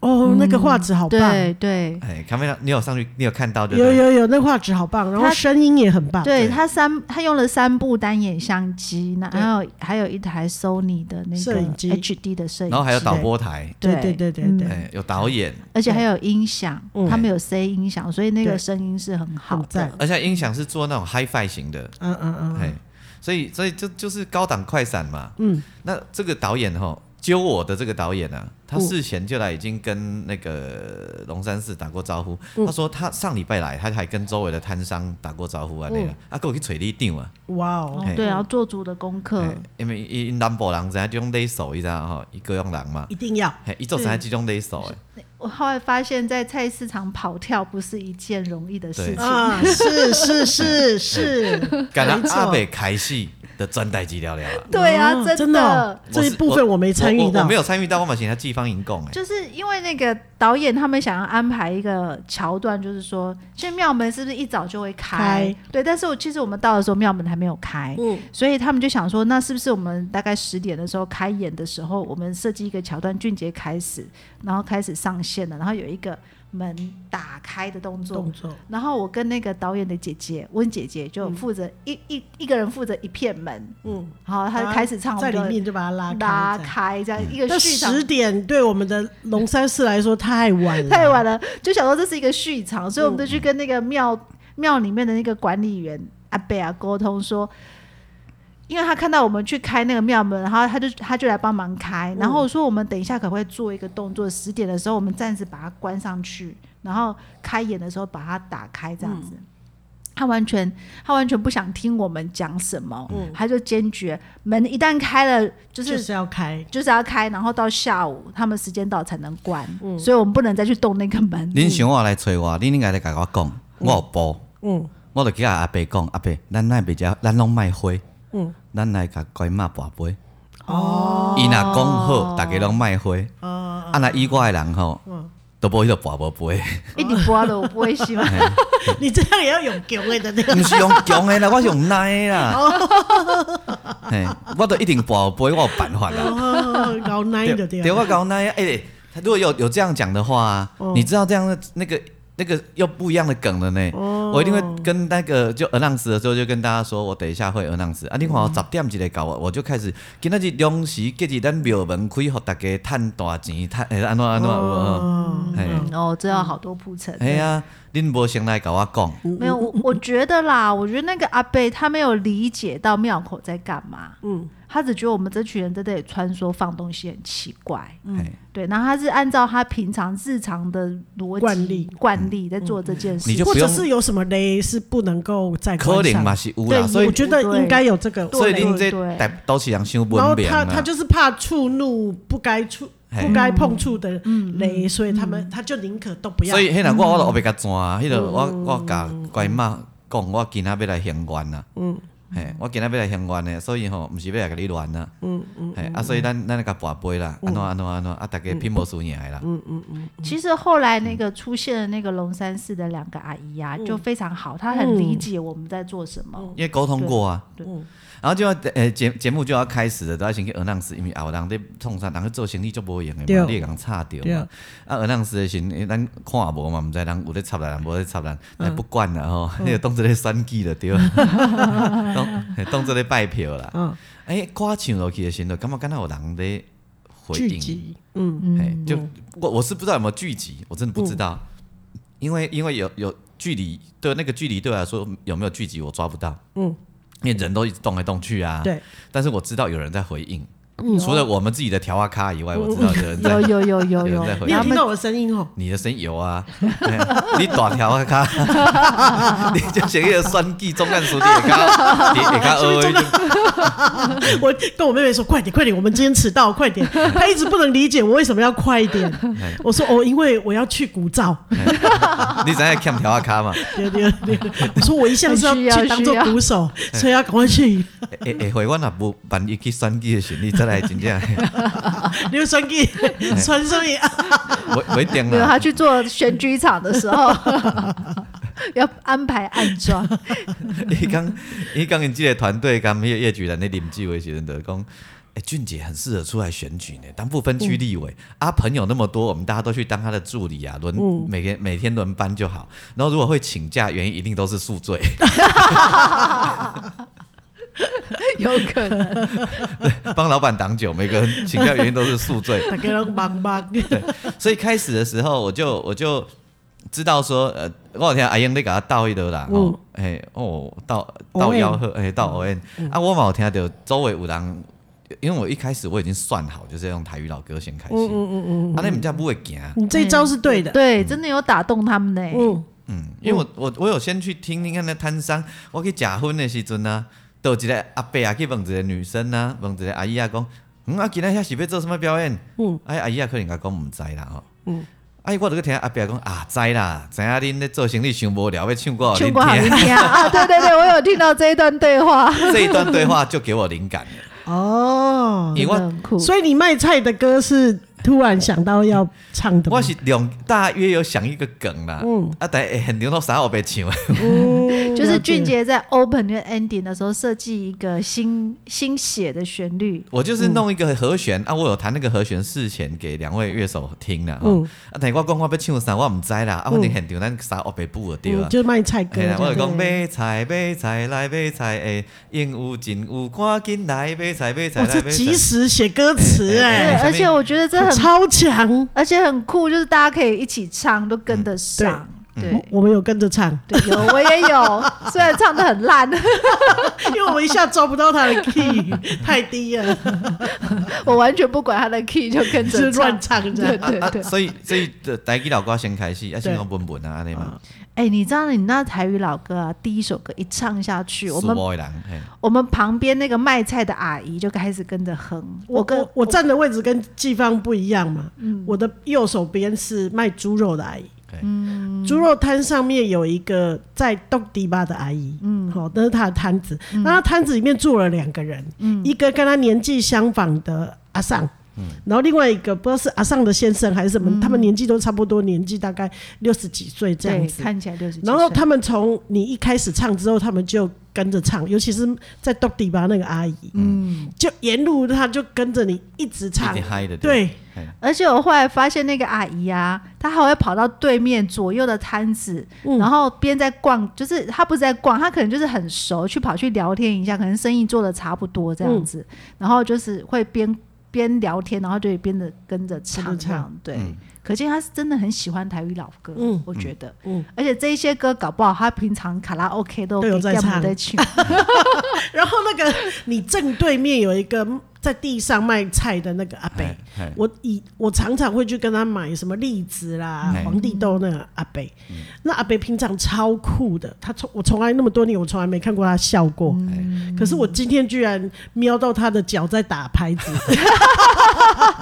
Speaker 2: 哦，那个画质好棒，
Speaker 3: 嗯对对
Speaker 1: 哎，卡梅拉你有上去，你有看到对不
Speaker 2: 有
Speaker 1: 对？
Speaker 2: 有有，那画质好棒，然后
Speaker 3: 它
Speaker 2: 声音也很棒，
Speaker 3: 对，他三他用了三部单眼相机，那
Speaker 2: 对
Speaker 3: 还有还有一台 Sony 的那
Speaker 2: 摄
Speaker 3: 个
Speaker 2: 影机
Speaker 3: HD 的摄影机，
Speaker 1: 然后还有导播台，
Speaker 2: 对
Speaker 3: 对
Speaker 2: 对对
Speaker 3: 嗯
Speaker 2: 对对，
Speaker 1: 哎，有导演，
Speaker 3: 而且还有音响
Speaker 2: 嗯，
Speaker 3: 他们有 C 音响，所以那
Speaker 2: 对
Speaker 3: 个声音是很好
Speaker 2: 很赞
Speaker 3: 的。
Speaker 1: 而且音响是做那种 HiFi 型的，
Speaker 2: 嗯嗯嗯
Speaker 1: 哎
Speaker 2: 嗯，，
Speaker 1: 所以所以就就是高档快闪嘛。
Speaker 2: 嗯，
Speaker 1: 那这个导演哈，揪我的这个导演啊，
Speaker 2: 嗯
Speaker 1: 他事前就来已经跟那个龙山寺打过招呼。
Speaker 2: 嗯
Speaker 1: 他说他上礼拜来，他还跟周围的摊商打过招呼啊，那
Speaker 2: 嗯
Speaker 1: 个啊，跟我去找你定啊。
Speaker 2: 哇哦，
Speaker 3: 哦，对，然后做足的功课
Speaker 2: 嗯
Speaker 1: 嘿，因为因因南部人知影就用勒手，你知道吼，伊各用人嘛，
Speaker 2: 一定要，
Speaker 1: 嘿，伊做啥即种勒手诶，
Speaker 3: 我后来发现，在菜市场跑跳不是一件容易的事
Speaker 1: 对
Speaker 3: 情。
Speaker 2: 啊，是是是是，
Speaker 1: 敢
Speaker 2: 嗯没
Speaker 1: 若
Speaker 2: 错
Speaker 1: 阿北开戏的专代机聊聊啊。
Speaker 3: *laughs* 对啊，
Speaker 2: 哦真
Speaker 3: 的
Speaker 2: 哦。这一
Speaker 1: 是
Speaker 2: 部分我没参
Speaker 1: 我
Speaker 2: 与
Speaker 1: 我我
Speaker 2: 到
Speaker 1: 没，有参与到，我嘛请他季方营供诶，
Speaker 3: 就是因为那个导演他们想要安排一个桥段，就是说，现在庙门是不是一早就会开？
Speaker 2: 开
Speaker 3: 对，但是我其实我们到的时候庙门还没有开，
Speaker 2: 嗯，
Speaker 3: 所以他们就想说，那是不是我们大概十点的时候开演的时候，我们设计一个桥段，俊杰开始，然后开始上线了，然后有一个门打开的动作
Speaker 2: 动。作，
Speaker 3: 然后我跟那个导演的姐姐温姐姐就负责一、一一个人负责一片门，
Speaker 2: 嗯，
Speaker 3: 然后她就开始唱，我
Speaker 2: 在
Speaker 3: 们
Speaker 2: 里
Speaker 3: 就
Speaker 2: 面就把它拉开，嗯
Speaker 3: 拉
Speaker 2: 这样
Speaker 3: 开这样一个
Speaker 2: 那
Speaker 3: 序长
Speaker 2: 十点对我们的龙山寺来说太晚了，
Speaker 3: 太晚了，嗯就想说这是一个续场，所以我们就去跟那个庙庙里面的那个管理员阿贝啊沟通说。因为他看到我们去开那个庙门，然后他就他就来帮忙开，然后我说我们等一下可不可以做一个动作，十点的时候我们暂时把它关上去，然后开演的时候把它打开这样子。他完全他完全不想听我们讲什么，
Speaker 2: 嗯
Speaker 3: 他就坚决门一旦开了
Speaker 2: 就是要开，
Speaker 3: 就是要开，然后到下午他们时间到才能关，
Speaker 2: 嗯
Speaker 3: 所以我们不能再去动那个门。
Speaker 4: 恁想我来找我，恁应该来甲我讲，我有报，
Speaker 2: 嗯
Speaker 4: 我就去甲阿伯讲，阿伯，咱来袂食，咱拢卖花，
Speaker 2: 嗯，
Speaker 4: 咱来甲乖妈跋杯。
Speaker 2: 哦
Speaker 4: 伊若讲好，逐家拢卖花，
Speaker 2: 哦，嗯
Speaker 4: 啊若以我诶人吼，都无迄个跋无杯，
Speaker 3: 嗯一直播了，我不会
Speaker 1: *laughs*
Speaker 3: 喜欢。
Speaker 2: 你这样也要有敬畏的那个，
Speaker 4: *laughs* 毋是用强诶啦，我是用奶诶啦。嘿，我都一定跋杯，我有办法啦。
Speaker 1: 嗯
Speaker 2: 哦，搞奶的
Speaker 4: 对，
Speaker 2: 对
Speaker 4: 对
Speaker 2: 吧，
Speaker 1: 哎
Speaker 4: 我搞那样，哎、他如果有有这样讲的话、
Speaker 2: 哦
Speaker 4: 你知道这样的那个
Speaker 1: 那个又不一样的梗了呢。我一定会跟那个就 announce 的时候就跟大家说，我等一下会 announce 啊。你看我十点一个到，我就开始今仔日两时，皆是咱庙门开，互大家趁大钱，趁哎诶安怎安怎有无？嘿，
Speaker 3: 嗯哦，这要好多铺陈。
Speaker 1: 嘿啊，恁无先来甲我讲，
Speaker 3: 没有，我我觉得啦，我觉得那个阿贝他没有理解到庙口在干嘛，嗯，他只觉得我们这群人在这里穿梭放东西很奇怪，
Speaker 1: 嘿，
Speaker 3: 对，然后他是按照他平常日常的逻辑
Speaker 2: 惯例嗯
Speaker 3: 惯例在做这件事，
Speaker 1: 嗯你就
Speaker 2: 或
Speaker 1: 不
Speaker 2: 者
Speaker 1: 用
Speaker 2: 是有什么雷是不能够再
Speaker 1: 可
Speaker 2: 观
Speaker 1: 能
Speaker 2: 赏
Speaker 1: 嘛是有啦，所
Speaker 2: 对，
Speaker 1: 以
Speaker 2: 我觉得应该有这个。
Speaker 1: 所以恁
Speaker 3: 对
Speaker 1: 这
Speaker 3: 对
Speaker 1: 台都市人伤
Speaker 2: 然后
Speaker 1: 文明
Speaker 2: 他
Speaker 1: 啊。
Speaker 2: 他就是怕触怒不该触、
Speaker 1: 嘿
Speaker 2: 不该碰触的
Speaker 3: 嗯
Speaker 2: 雷，所以他们他就宁可都不要
Speaker 1: 所。以迄若我我都后壁甲怎啊，迄个我我甲乖妈讲，我今仔要来行愿啊。嗯。嘿，我今仔要来行愿的，所以吼，毋是要来甲你乱啊。嗯嗯。嘿，啊，所以咱咱甲跋杯啦，安怎安怎安怎，啊，逐家拼无输赢的啦。
Speaker 3: 其实后来那个出现的那个龙山寺的两个阿姨
Speaker 2: 嗯
Speaker 3: 啊，就非常好，她很理解我们在做什么。
Speaker 1: 因为沟通过啊。
Speaker 3: 对
Speaker 1: 然后就要呃节节目就要开始了，都要先去 announce，因为后人在创啥，人去做生意就无用的
Speaker 2: 对
Speaker 1: 嘛，你会共插着
Speaker 2: 对
Speaker 1: 嘛。啊 announce 的时候，诶咱看也无嘛，毋知人有咧插人，无咧插人，
Speaker 2: 嗯
Speaker 1: 哎不管啦吼，迄个当做咧选举了对了，
Speaker 2: *laughs*
Speaker 1: 当嘿当做咧拜票啦。
Speaker 2: 嗯，
Speaker 1: 哎，歌唱落去的时候，感觉敢若有人咧回
Speaker 2: 聚
Speaker 1: 应。
Speaker 2: 集，嗯，
Speaker 1: 哎，就我我是不知道有没有聚集，我真的不知道，
Speaker 2: 嗯
Speaker 1: 因为因为有有距离，对那个距离对我来说有没有聚集我抓不到，嗯，因为人都一直动来动去啊，，
Speaker 2: 对，嗯
Speaker 1: 但是我知道有人在回应，除了我们自己的调啊咖以外，我知道有
Speaker 3: 有
Speaker 1: 人在。
Speaker 3: 有有有
Speaker 1: 有
Speaker 3: 有
Speaker 1: 人在，回
Speaker 2: 你有
Speaker 1: 应
Speaker 3: 他
Speaker 2: 听
Speaker 3: 们
Speaker 2: 到我的声音哦？
Speaker 1: 你的声音有啊， *laughs* 哎你大条啊咖， *laughs* 你就写个酸计中干熟的咖，你也咖二
Speaker 2: *laughs* 我跟我妹妹说：“快点，快点，我们今天迟到，
Speaker 3: *laughs*
Speaker 2: 快点。”她一直不能理解我为什么要快一
Speaker 1: *laughs*
Speaker 2: 点。我说：“哦，因为我要去古照。
Speaker 1: 你怎样欠条啊咖嘛？
Speaker 2: *laughs* 对”对对
Speaker 1: *laughs*
Speaker 2: 我说：“我一向是要
Speaker 3: 很需要
Speaker 2: 去当做
Speaker 3: 需要
Speaker 2: 鼓手，所以要赶快
Speaker 1: *laughs*
Speaker 2: 去。
Speaker 1: 会会会，我若无万一去选举的时候，你再来真正， *laughs*
Speaker 2: 你们传给传上面啊，
Speaker 1: 我我一啊定
Speaker 3: 没有
Speaker 1: 啦。
Speaker 3: 他去做选举场的时候，要安排暗装，
Speaker 1: 伊讲，伊讲，因这个团队讲，迄个叶举人咧啉酒的时阵，就讲，哎、俊杰很适合出来选举呢，当不分区立委、啊，朋友那么多，我们大家都去当他的助理啊，轮、每天每天轮班就好。然后如果会请假，原因一定都是宿醉，
Speaker 3: 有可能。
Speaker 1: *laughs* 帮老板挡酒，每个人请假原因都是宿 *laughs* 醉。
Speaker 2: 大家都忙忙。
Speaker 1: 所以开始的时候，我就我就知道说，呃，我有听阿英在给他倒一刀啦，哦，哎、哦，倒倒
Speaker 2: ON
Speaker 1: 吆喝，哎、倒 O N，、啊，我嘛有听到周围有人，因为我一开始我已经算好，就是要用台语老歌先开始， *laughs* 嗯嗯嗯啊，那们家不会行，
Speaker 2: 你这一招是对的，
Speaker 3: 对，真的有打动他们呢。
Speaker 2: 嗯，
Speaker 1: 嗯，因为我我我有先去听听看那摊商，我去食薰的时阵呢、啊，就有一个阿伯啊去问一个女生啊，问一个阿姨啊讲，嗯啊，今天遐是要做什么表演？嗯，啊阿姨啊可能甲讲毋知啦吼。嗯，啊我就去听阿伯讲啊知啦，知影恁咧做生意想无聊，要唱歌互
Speaker 3: 全国好
Speaker 1: 恁
Speaker 3: 明天啊！啊对对对，我有听到这一段对话，
Speaker 1: 听， *laughs* 这一段对话就给我灵感 *laughs* 了，
Speaker 2: 哦。
Speaker 1: 因
Speaker 3: 真
Speaker 1: 为
Speaker 3: 的
Speaker 1: 我
Speaker 3: 很酷。
Speaker 2: 所以你卖菜的歌是突然想到要唱的吗
Speaker 1: 我？是两大约有想一个梗啦，嗯，啊但会很牛到啥我被唱，
Speaker 3: 就是俊杰在 open 跟 ending 的时候设计一个新新写的旋律，
Speaker 1: 我就是弄一个和弦、啊，我有弹那个和弦事前给两位乐手听了、哦啊，但是我讲我要唱啥，我唔知啦，啊，反正现场咱啥黑白舞就对
Speaker 2: 嗯
Speaker 1: 了。
Speaker 2: 就是卖菜歌
Speaker 1: 嘿啦，我
Speaker 2: 这
Speaker 1: 就
Speaker 2: 样。
Speaker 1: 讲买菜买菜来买菜，诶，应有尽有，赶紧来买菜买菜
Speaker 2: 哇，
Speaker 1: 来
Speaker 2: 哦这
Speaker 1: 买
Speaker 2: 及
Speaker 1: 菜。
Speaker 2: 时写歌词
Speaker 1: 哎
Speaker 3: 对
Speaker 2: 哎，，
Speaker 1: 下
Speaker 3: 而
Speaker 1: 面
Speaker 3: 且我觉得这很，
Speaker 2: 超强。
Speaker 3: 而且很酷，就是大家可以一起唱，都跟得上。对
Speaker 2: 我们有跟着唱，
Speaker 3: 对，有我也有，虽然唱的很烂，
Speaker 2: 因为我一下抓不到他的
Speaker 3: *laughs*
Speaker 2: key，太低了， *laughs*
Speaker 3: 我完全不管他的 key 就跟
Speaker 2: 是
Speaker 3: 着
Speaker 2: 乱
Speaker 3: 唱。
Speaker 2: 唱这
Speaker 3: 对
Speaker 2: 样。
Speaker 1: 啊
Speaker 3: 对
Speaker 1: 啊， *laughs*
Speaker 3: 对，
Speaker 1: 所以所以呃台语老歌先开始，啊，先讲文文啊，安尼嘛，
Speaker 3: 哎、你知道你那台语老歌啊，第一首歌一唱下去，我
Speaker 1: 苏
Speaker 3: 们
Speaker 1: 波的人，嘿
Speaker 3: 我们旁边那个卖菜的阿姨就开始跟着哼。
Speaker 2: 我
Speaker 3: 我嗯跟
Speaker 2: 我我站的位置跟季芳不一样嘛，我的右手边是卖猪肉的阿姨
Speaker 1: 对，
Speaker 3: 嗯
Speaker 2: 猪肉摊上面有一个在斗迪吧的阿姨，嗯，好，那是她的摊
Speaker 3: 嗯
Speaker 2: 子，那她摊子里面住了两个人，一个跟她年纪相仿的阿尚，然后另外一个不知道是阿尚的先生还是什么，
Speaker 3: 嗯
Speaker 2: 他们年纪都差不多，年纪大概六十几岁这样
Speaker 3: 对，
Speaker 2: 子。
Speaker 3: 看起来六十几岁。
Speaker 2: 然后他们从你一开始唱之后，他们就跟着唱，尤其是在斗底吧那个阿姨，嗯，就沿路她就跟着你一直唱
Speaker 1: 一直，嗨的，
Speaker 2: 对，
Speaker 3: 而且我后来发现那个阿姨啊，她还会跑到对面左右的摊子，
Speaker 2: 嗯
Speaker 3: 然后边在逛，就是她不是在逛，她可能就是很熟，去跑去聊天一下，可能生意做的差不多这样子，
Speaker 2: 嗯
Speaker 3: 然后就是会边边聊天，然后就边的跟着唱
Speaker 2: 跟着唱
Speaker 3: 这样，对。可见她是真的很喜欢台语老歌，
Speaker 2: 嗯
Speaker 3: 我觉得，
Speaker 2: 嗯
Speaker 3: 而且这一些歌搞不好她平常卡拉 OK 都
Speaker 2: 都有
Speaker 3: 给
Speaker 2: 在
Speaker 3: 干嘛
Speaker 2: 唱 *laughs*
Speaker 3: 在去，
Speaker 2: 然后那个你正对面有一个在地上卖菜的那个阿伯，
Speaker 1: 嘿
Speaker 2: 我以我常常会去跟他买什么栗子啦、
Speaker 1: 嘿
Speaker 2: 皇帝豆那个阿伯，
Speaker 1: 嗯
Speaker 2: 那阿伯平常超酷的，他从我从来那么多年我从来没看过他笑过，
Speaker 1: 嗯
Speaker 2: 可是我今天居然瞄到他的脚在打拍子， *laughs*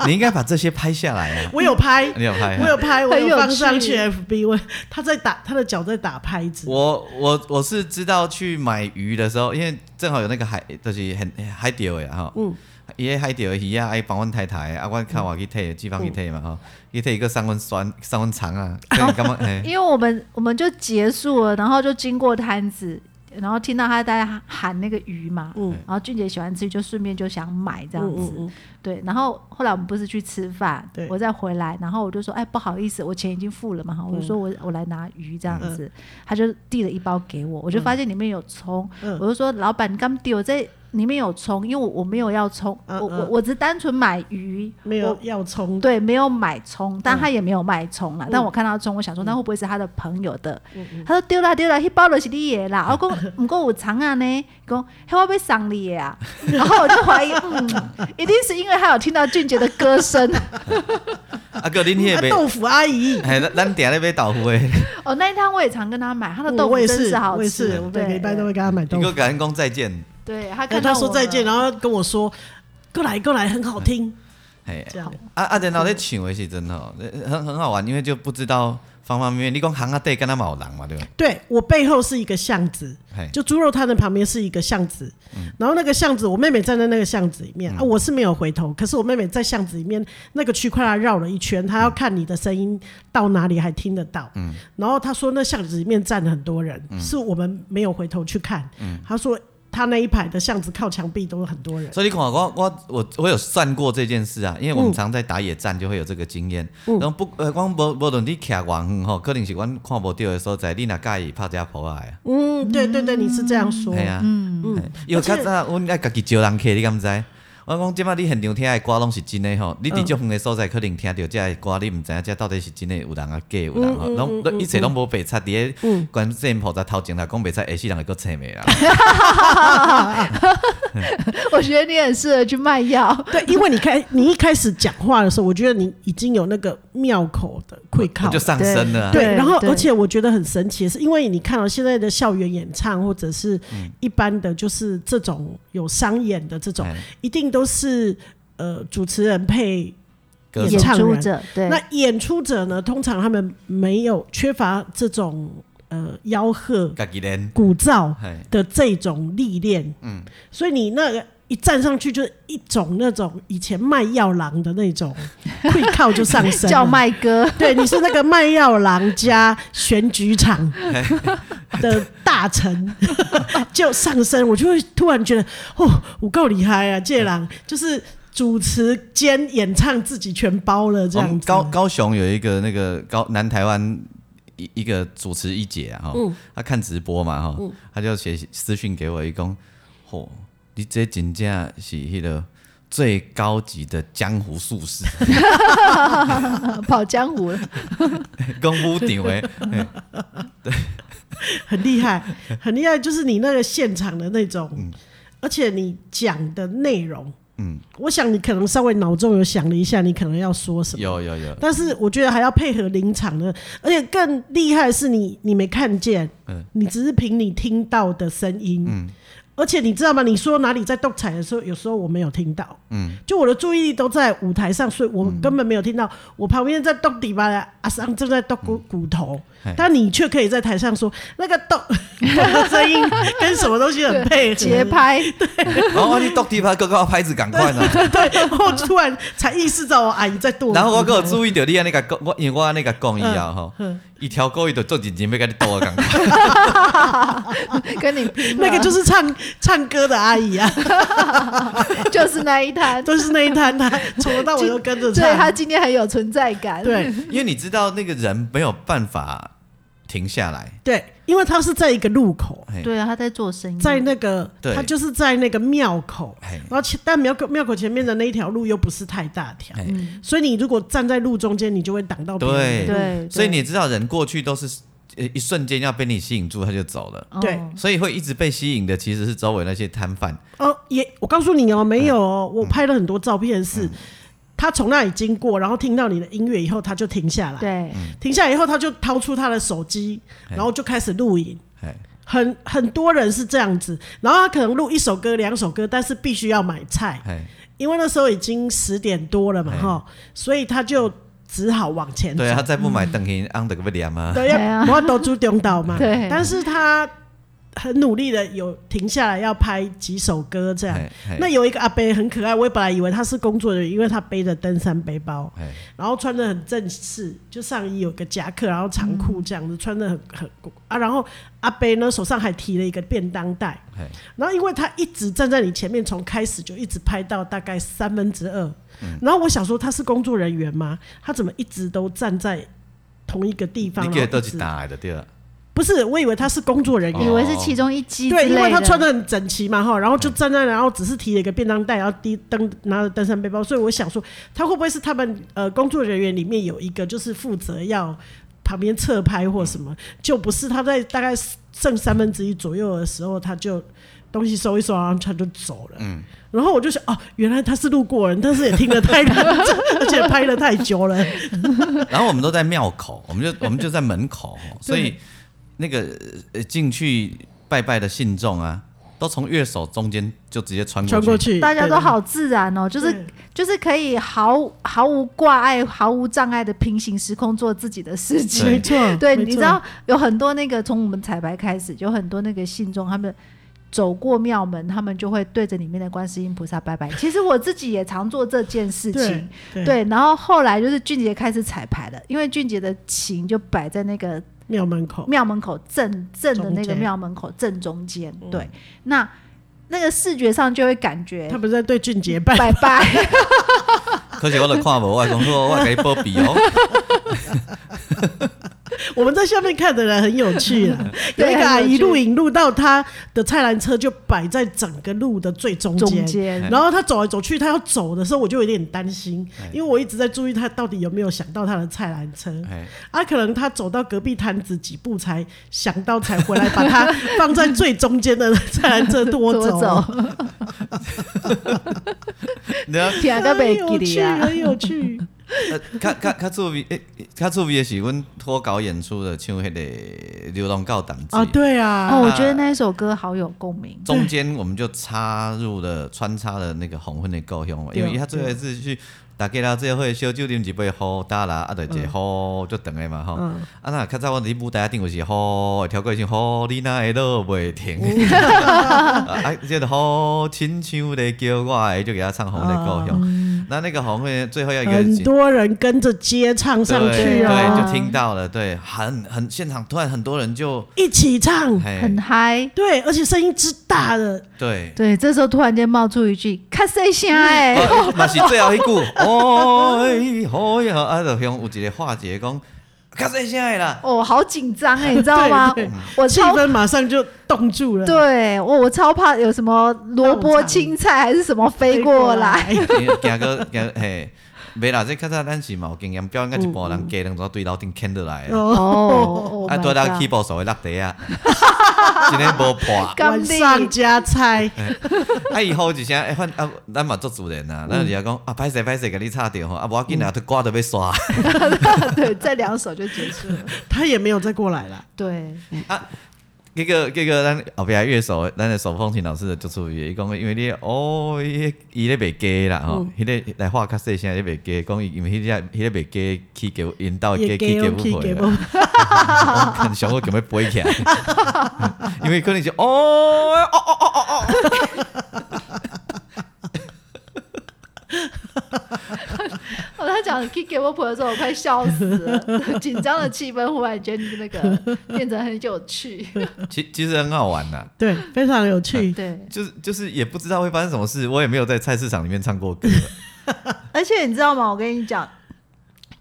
Speaker 1: 你应该把这些拍下来啊，
Speaker 2: 我有拍。
Speaker 1: 你有拍
Speaker 2: 我
Speaker 1: 啊？
Speaker 2: 有拍，我
Speaker 3: 很
Speaker 2: 有
Speaker 3: 有
Speaker 2: 放上去
Speaker 3: 趣
Speaker 2: FB，我他在打他的脚在打拍子，
Speaker 1: 我我我是知道去买鱼的时候，因为正好有那个海，就是很海钓的哈，嗯，伊个海钓的鱼啊，爱帮阮太太
Speaker 2: 嗯
Speaker 1: 的啊，阮较我去摕，寄放去摕嘛吼，去摕一个三分酸，三分
Speaker 2: *laughs*
Speaker 1: 长啊，所以你感觉嘿。
Speaker 3: 因为我们我们就结束了，然后就经过摊子，然后听到他在喊那个鱼嘛，
Speaker 2: 嗯
Speaker 3: 然后俊杰喜欢吃，就顺便就想买这
Speaker 2: 嗯
Speaker 3: 样子，
Speaker 2: 嗯嗯，
Speaker 3: 对。然后后来我们不是去吃饭
Speaker 2: 对，
Speaker 3: 我再回来，然后我就说，哎，不好意思，我钱已经付了嘛，哈，
Speaker 2: 嗯
Speaker 3: 我就说我我来拿鱼这样子，他就递了一包给我，我就发现里面有葱，
Speaker 2: 嗯
Speaker 3: 我就说老板，你刚丢在。里面有葱，因为我我没有要葱，
Speaker 2: 嗯
Speaker 3: 我我
Speaker 2: 嗯
Speaker 3: 我只单纯买鱼，
Speaker 2: 没
Speaker 3: 我
Speaker 2: 有要冲
Speaker 3: 对，没有买葱，但他也没有卖葱啦。
Speaker 2: 嗯
Speaker 3: 但我看到葱，我想说，那会不会是他的朋友的？他说丢啦丢啦，那包的是你的啦。我讲 *laughs* 不过有藏啊呢，讲嘿我被赏你的啊。然后我就怀疑，嗯，一定是因为他有听到俊杰的歌声。
Speaker 1: 啊，哥，恁迄
Speaker 2: 啊
Speaker 1: 个卖，
Speaker 2: 豆腐阿姨，
Speaker 1: 哎，咱咱定咧买豆
Speaker 2: *laughs*
Speaker 1: 腐的，
Speaker 3: 哦，那一趟我也常跟他买，他的豆
Speaker 2: 我
Speaker 3: 腐
Speaker 2: 也
Speaker 3: 真
Speaker 2: 是，
Speaker 3: 好
Speaker 2: 我也
Speaker 3: 吃
Speaker 2: 是，我。每
Speaker 3: 对
Speaker 2: 每班都会跟他买
Speaker 1: 你
Speaker 2: 豆
Speaker 1: 个
Speaker 2: 腐。
Speaker 1: 感恩讲再见，
Speaker 3: 对，他
Speaker 2: 然
Speaker 3: 看
Speaker 2: 后
Speaker 3: 到
Speaker 2: 他说
Speaker 3: 我
Speaker 2: 再见，
Speaker 3: 了
Speaker 2: 然后跟我说过来过来，很好听，
Speaker 1: 嘿，
Speaker 2: 这样。
Speaker 1: 啊啊，然后咧唱的是真吼，呃很很好玩，因为就不知道方方面面，你讲行啊对，跟他有人嘛对吧？
Speaker 2: 对我背后是一个巷子，
Speaker 1: 嘿，
Speaker 2: 就猪肉摊的旁边是一个巷子，
Speaker 1: 嗯
Speaker 2: 然后那个巷子，我妹妹站在那个巷子里面、啊，我是没有回头，可是我妹妹在巷子里面那个区块她绕了一圈，她要看你的声音到哪里还听得到，
Speaker 1: 嗯
Speaker 2: 然后她说那巷子里面站了很多人，是我们没有回头去看，
Speaker 1: 嗯
Speaker 2: 她说她那一排的巷子靠墙壁都有很多人，
Speaker 1: 所以你看我我我我有算过这件事啊，因为我们常在打野战就会有这个经验。然后不呃，我无无论你徛偌远吼，可能是阮看无到的所在，你若介意拍只破来啊，
Speaker 2: 嗯，对对对，你是这样说，
Speaker 1: 系啊，嗯，因为较早阮爱家己招人客，你敢知？我讲即摆你现场听的歌拢是真的吼，你伫足远的所在可能听到遮的歌，你毋知影遮到底是真的有人啊假有人吼，拢拢一切拢无白插伫咧观世音菩萨头前来讲白插，下世人会佫青未啊？
Speaker 3: *laughs* 我觉得你很适合去卖药。
Speaker 2: 对，因为你开 *laughs* 你一开始讲话的时候，我觉得你已经有那个妙口的会靠
Speaker 1: 我 *laughs* 就上身了啊。
Speaker 2: 对，
Speaker 3: 对
Speaker 2: 然后
Speaker 3: 对
Speaker 2: 而且我觉得很神奇的是，因为你看到、现在的校园演唱或者是
Speaker 1: 嗯
Speaker 2: 一般的，就是这种有商演的这种，
Speaker 1: 哎
Speaker 2: 一定都是呃主持人配
Speaker 1: 歌
Speaker 2: 呃演
Speaker 1: 手
Speaker 2: 唱
Speaker 3: 出
Speaker 2: 人。
Speaker 3: 者对，
Speaker 2: 那演出者呢，通常他们没有缺乏这种呃吆喝、
Speaker 1: 家己练，
Speaker 2: 鼓噪
Speaker 1: 嘿，
Speaker 2: 的这种历练，
Speaker 1: 哎
Speaker 2: 嗯，所以你那个一站上去，就是一种那种以前卖药郎的那
Speaker 3: *laughs*
Speaker 2: 种会靠就上身了
Speaker 3: 叫卖歌，
Speaker 2: *laughs* 对，你是那个卖药郎加选举场的大臣， *laughs* 就上身，我就会突然觉得，哦，我够厉害啊！这郎就是主持兼演唱自己全包了这
Speaker 1: 我
Speaker 2: 样
Speaker 1: 们
Speaker 2: 子。
Speaker 1: 哦高高雄有一个那个高南台湾一一个主持一姐啊，哈、
Speaker 2: 嗯
Speaker 1: 她看直播嘛，哈、她就写私讯给我，一公，吼、你这真正是迄个最高级的江湖术士， *laughs*
Speaker 3: 呃跑江湖
Speaker 2: *laughs*
Speaker 3: 了。
Speaker 1: 功夫顶诶，
Speaker 2: 很厉害，很厉害，就是你那个现场的那种，而且你讲的内容，嗯，我想你可能稍微脑中有想了一下，你可能要说什么。
Speaker 1: 有有有，
Speaker 2: 但是我觉得还要配合临场的，而且更厉害的是你你没看见，
Speaker 1: 嗯
Speaker 2: 你只是凭你听到的声音，而且你知道吗？你说哪里在动彩的时候，有时候我没有听到，嗯，就我的注意力都在舞台上，所以
Speaker 1: 嗯
Speaker 2: 我根本没有听到我旁边在动底巴的阿桑正在动骨
Speaker 1: 嗯
Speaker 2: 骨头，但你却可以在台上说那个动 *laughs* 动的声音跟什么东西很配合，*laughs*
Speaker 3: 节拍，
Speaker 1: 然后我去斗地拍，各个拍子赶快啊！
Speaker 2: 对，我突然才意识到我阿姨在剁。
Speaker 1: 然后我还有注意到你安尼甲讲，我因为我安尼甲讲伊啊吼
Speaker 2: 嗯，
Speaker 1: 伊超过伊就做认真要甲你斗啊的感觉。
Speaker 3: 跟你拼
Speaker 2: 那个就是是唱唱歌的阿姨啊，
Speaker 3: 就是那一摊，
Speaker 2: 都是那一摊她从头到尾都 *laughs* 跟着
Speaker 3: 所以他
Speaker 2: 唱。
Speaker 3: 今天很有存在感。
Speaker 2: 对
Speaker 1: 因为你知道那个人没有办法停下来，
Speaker 2: 对，因为他是在一个路口，
Speaker 3: 对啊，他在做生意，
Speaker 2: 在那个
Speaker 1: 对
Speaker 2: 他就是在那个庙口，
Speaker 1: 哎
Speaker 2: 然后前但庙口庙口前面的那一条路又不是太大条，
Speaker 1: 哎，
Speaker 2: 所以你如果站在路中间，你就会挡到别人的路。
Speaker 3: 对，
Speaker 1: 所以你知道人过去都是呃一瞬间要被你吸引住，他就走了。
Speaker 3: 哦
Speaker 2: 对
Speaker 1: 所以会一直被吸引的其实是周围那些摊贩，
Speaker 2: 哦，也我告诉你哦，没有哦，我拍了很多照片是。他从那里经过，然后听到你的音乐以后，他就停下来。
Speaker 3: 对，
Speaker 2: 停下来以后，他就掏出他的手机，然后就开始录影。
Speaker 1: 哎，
Speaker 2: 很很多人是这样子，然后他可能录一首歌、两首歌，但是必须要买菜，
Speaker 1: 哎，
Speaker 2: 因为那时候已经十点多了嘛，
Speaker 1: 哎
Speaker 2: 哈，所以他就只好往前走
Speaker 1: 对。啊，他再不买邓肯安德个不凉吗？
Speaker 2: 对
Speaker 3: 对
Speaker 2: 呀
Speaker 3: 啊，
Speaker 2: 我要都住中岛嘛。
Speaker 3: 对
Speaker 2: 但是他很努力的有停下来要拍几首歌这样
Speaker 1: 嘿。嘿
Speaker 2: 啊那有一个阿伯很可爱，我本来以为他是工作人员，因为他背着登山背包
Speaker 1: 嘿，
Speaker 2: 然后穿的很正式，就上衣有个夹克，然后长裤这
Speaker 1: 嗯
Speaker 2: 样子，穿的很很啊。然后阿伯呢手上还提了一个便当袋
Speaker 1: 嘿，
Speaker 2: 然后因为他一直站在你前面，从开始就一直拍到大概三分之二。
Speaker 1: 嗯
Speaker 2: 然后我想说他是工作人员吗？他怎么一直都站在同一个地方？
Speaker 1: 你给
Speaker 2: 然后
Speaker 1: 都
Speaker 2: 一
Speaker 1: 去
Speaker 2: 直
Speaker 1: 打的对啊了，
Speaker 2: 不是，我以为他是工作人员。
Speaker 3: 以为是其中一击之
Speaker 2: 对，
Speaker 3: 类的，
Speaker 2: 因为他穿的很整齐嘛，哈，然后就站在那，然后只是提了一个便当袋，然后提登拿着登山背包，所以我想说，他会不会是他们呃工作人员里面有一个就是负责要旁边侧拍或什么？就不是，他在大概剩三分之一左右的时候，他就东西收一收，然后他就走了。嗯，然后我就想，哦，原来他是路过人，但是也听得太认真， *laughs* 而且拍了太久了。
Speaker 1: 然后我们都在庙口，我们就我们就在门
Speaker 2: *laughs*
Speaker 1: 口，吼所以那个呃进去拜拜的信众啊，都从乐手中间就直接穿
Speaker 2: 穿过
Speaker 1: 过去，
Speaker 2: 去，
Speaker 3: 大家
Speaker 2: 对
Speaker 3: 都好自然哦，就
Speaker 2: 对
Speaker 3: 是就是可以毫毫无挂碍、毫无障碍的平行时空做自己的事情。
Speaker 2: 没错，
Speaker 3: 对，
Speaker 2: 没
Speaker 3: 你
Speaker 2: 错
Speaker 3: 知道有很多那个从我们彩排开始，有很多那个信众他们。走过庙门，他们就会对着里面的观世音菩萨拜拜。其实我自己也常做这件事情，
Speaker 2: 对
Speaker 3: 对。然后后来就是俊杰开始彩排了，因为俊杰的琴就摆在那个
Speaker 2: 庙门口，
Speaker 3: 庙门口正正的
Speaker 2: 中
Speaker 3: 那个
Speaker 2: 间嗯
Speaker 3: 庙门口正中间，对。那那个视觉上就会感觉
Speaker 2: 他不是在对俊杰拜
Speaker 3: 拜拜，
Speaker 1: 可是我都看无，我讲说我给你保庇
Speaker 2: *laughs*
Speaker 1: 哦，
Speaker 2: 我们在下面看的人很有趣啦，有
Speaker 3: *laughs* 对
Speaker 2: 一个阿
Speaker 3: 很有
Speaker 2: 姨
Speaker 3: 趣
Speaker 2: 录影录到她的菜篮车就摆在整个路的最中
Speaker 3: 中
Speaker 2: 间。 *laughs*
Speaker 3: 间
Speaker 2: 然后她走来走去，她要走的时候，我就有点担心，
Speaker 3: 哎
Speaker 2: 因为我一直在注意她到底有没有想到她的菜篮车。
Speaker 1: 哎，
Speaker 2: 啊，可能她走到隔壁摊子几步才想到，才回来把它放在最中间的菜篮车拖
Speaker 3: *laughs* 多
Speaker 2: 走。
Speaker 3: 走，
Speaker 1: 然后
Speaker 3: 听个
Speaker 2: 很
Speaker 3: 袂
Speaker 2: 有
Speaker 3: 记
Speaker 2: 趣，
Speaker 3: 哩啊！
Speaker 2: 哎很有趣。
Speaker 3: *laughs*
Speaker 1: *laughs* 呃较较较趣味，诶，较趣味的是阮脱稿演出的唱迄个《流浪教党
Speaker 2: 啊，对啊，
Speaker 3: 哦，我觉得那一首歌好有共鸣，
Speaker 1: 中间我们就插入了穿插了那个黄昏的故乡嘛，
Speaker 2: 对
Speaker 1: 因
Speaker 2: 啊
Speaker 1: 为他最后一次去大家啦，最后小酒啉一杯好大啦，啊，就
Speaker 2: 嗯
Speaker 1: 一个好就长的嘛吼。啊，那较早我伫舞台顶有是好，跳过去好，你哪会落袂停？
Speaker 2: 嗯
Speaker 1: *laughs* 啊，这个好亲像咧叫我的，就给他唱黄昏的故乡。 *laughs* 那那个黄昏最后要一个
Speaker 2: 哦很多人跟着接唱上去
Speaker 1: 对
Speaker 2: 哦
Speaker 1: 对，，就听到了，对，很很现场突然很多人就
Speaker 2: 一起唱，
Speaker 1: 嘿
Speaker 3: 很嗨。
Speaker 2: 对，而且声音之大的，
Speaker 1: 对。
Speaker 3: 对，这时候突然间冒出一句“卡西声”
Speaker 2: 嗯
Speaker 3: 哎，
Speaker 1: 哦嘛是最后迄句，哎，好呀，啊，就向有一个化解讲，较细声的啦，
Speaker 3: *laughs* 哦，好紧张哎，你知道吗
Speaker 2: 对对？
Speaker 3: *laughs* 我
Speaker 2: 气
Speaker 3: 超
Speaker 2: 氛马上就冻住了。
Speaker 3: 对我我超怕有什么萝卜青菜还是什么飞过来，
Speaker 2: 飞过来，
Speaker 1: 行个行嘿，袂啦，这较早咱是嘛有经验，表演到一半人家人怎对楼顶牵落来
Speaker 2: Oh
Speaker 1: 的，
Speaker 3: 哦，
Speaker 1: 啊，
Speaker 3: 多
Speaker 1: 对咱起步手会落地啊， *laughs* 真诶无破，
Speaker 2: 晚上加菜，
Speaker 1: 啊，以后一声，哎，反啊，咱嘛做主人啊，咱
Speaker 2: 嗯
Speaker 1: 就是讲啊，歹势歹势，甲你插着吼，啊，无要紧啊，都歌都要刷，
Speaker 3: 对，这两首就结束了。
Speaker 2: 他也没有再过来了。
Speaker 3: 对，
Speaker 1: 这个这个咱后壁乐手，咱的手风琴老师就出伊讲，因为你哦，伊伊咧袂假啦吼，迄个来话较细声咧袂假，讲伊因为迄只迄个袂假去给引导假去哦给误会，很想我叫要飞起来，因为可能是哦哦哦哦哦哦。
Speaker 3: 哦，他讲 “kick it up” 的时候，我快笑死了，紧张的气氛忽然间那个变成很有趣，
Speaker 1: 其其实很好玩呐、
Speaker 2: 对，非常有趣。
Speaker 3: 对。
Speaker 1: 就是就是也不知道会发生什么事，我也没有在菜市场里面唱过歌，
Speaker 3: 而且你知道吗？我跟你讲，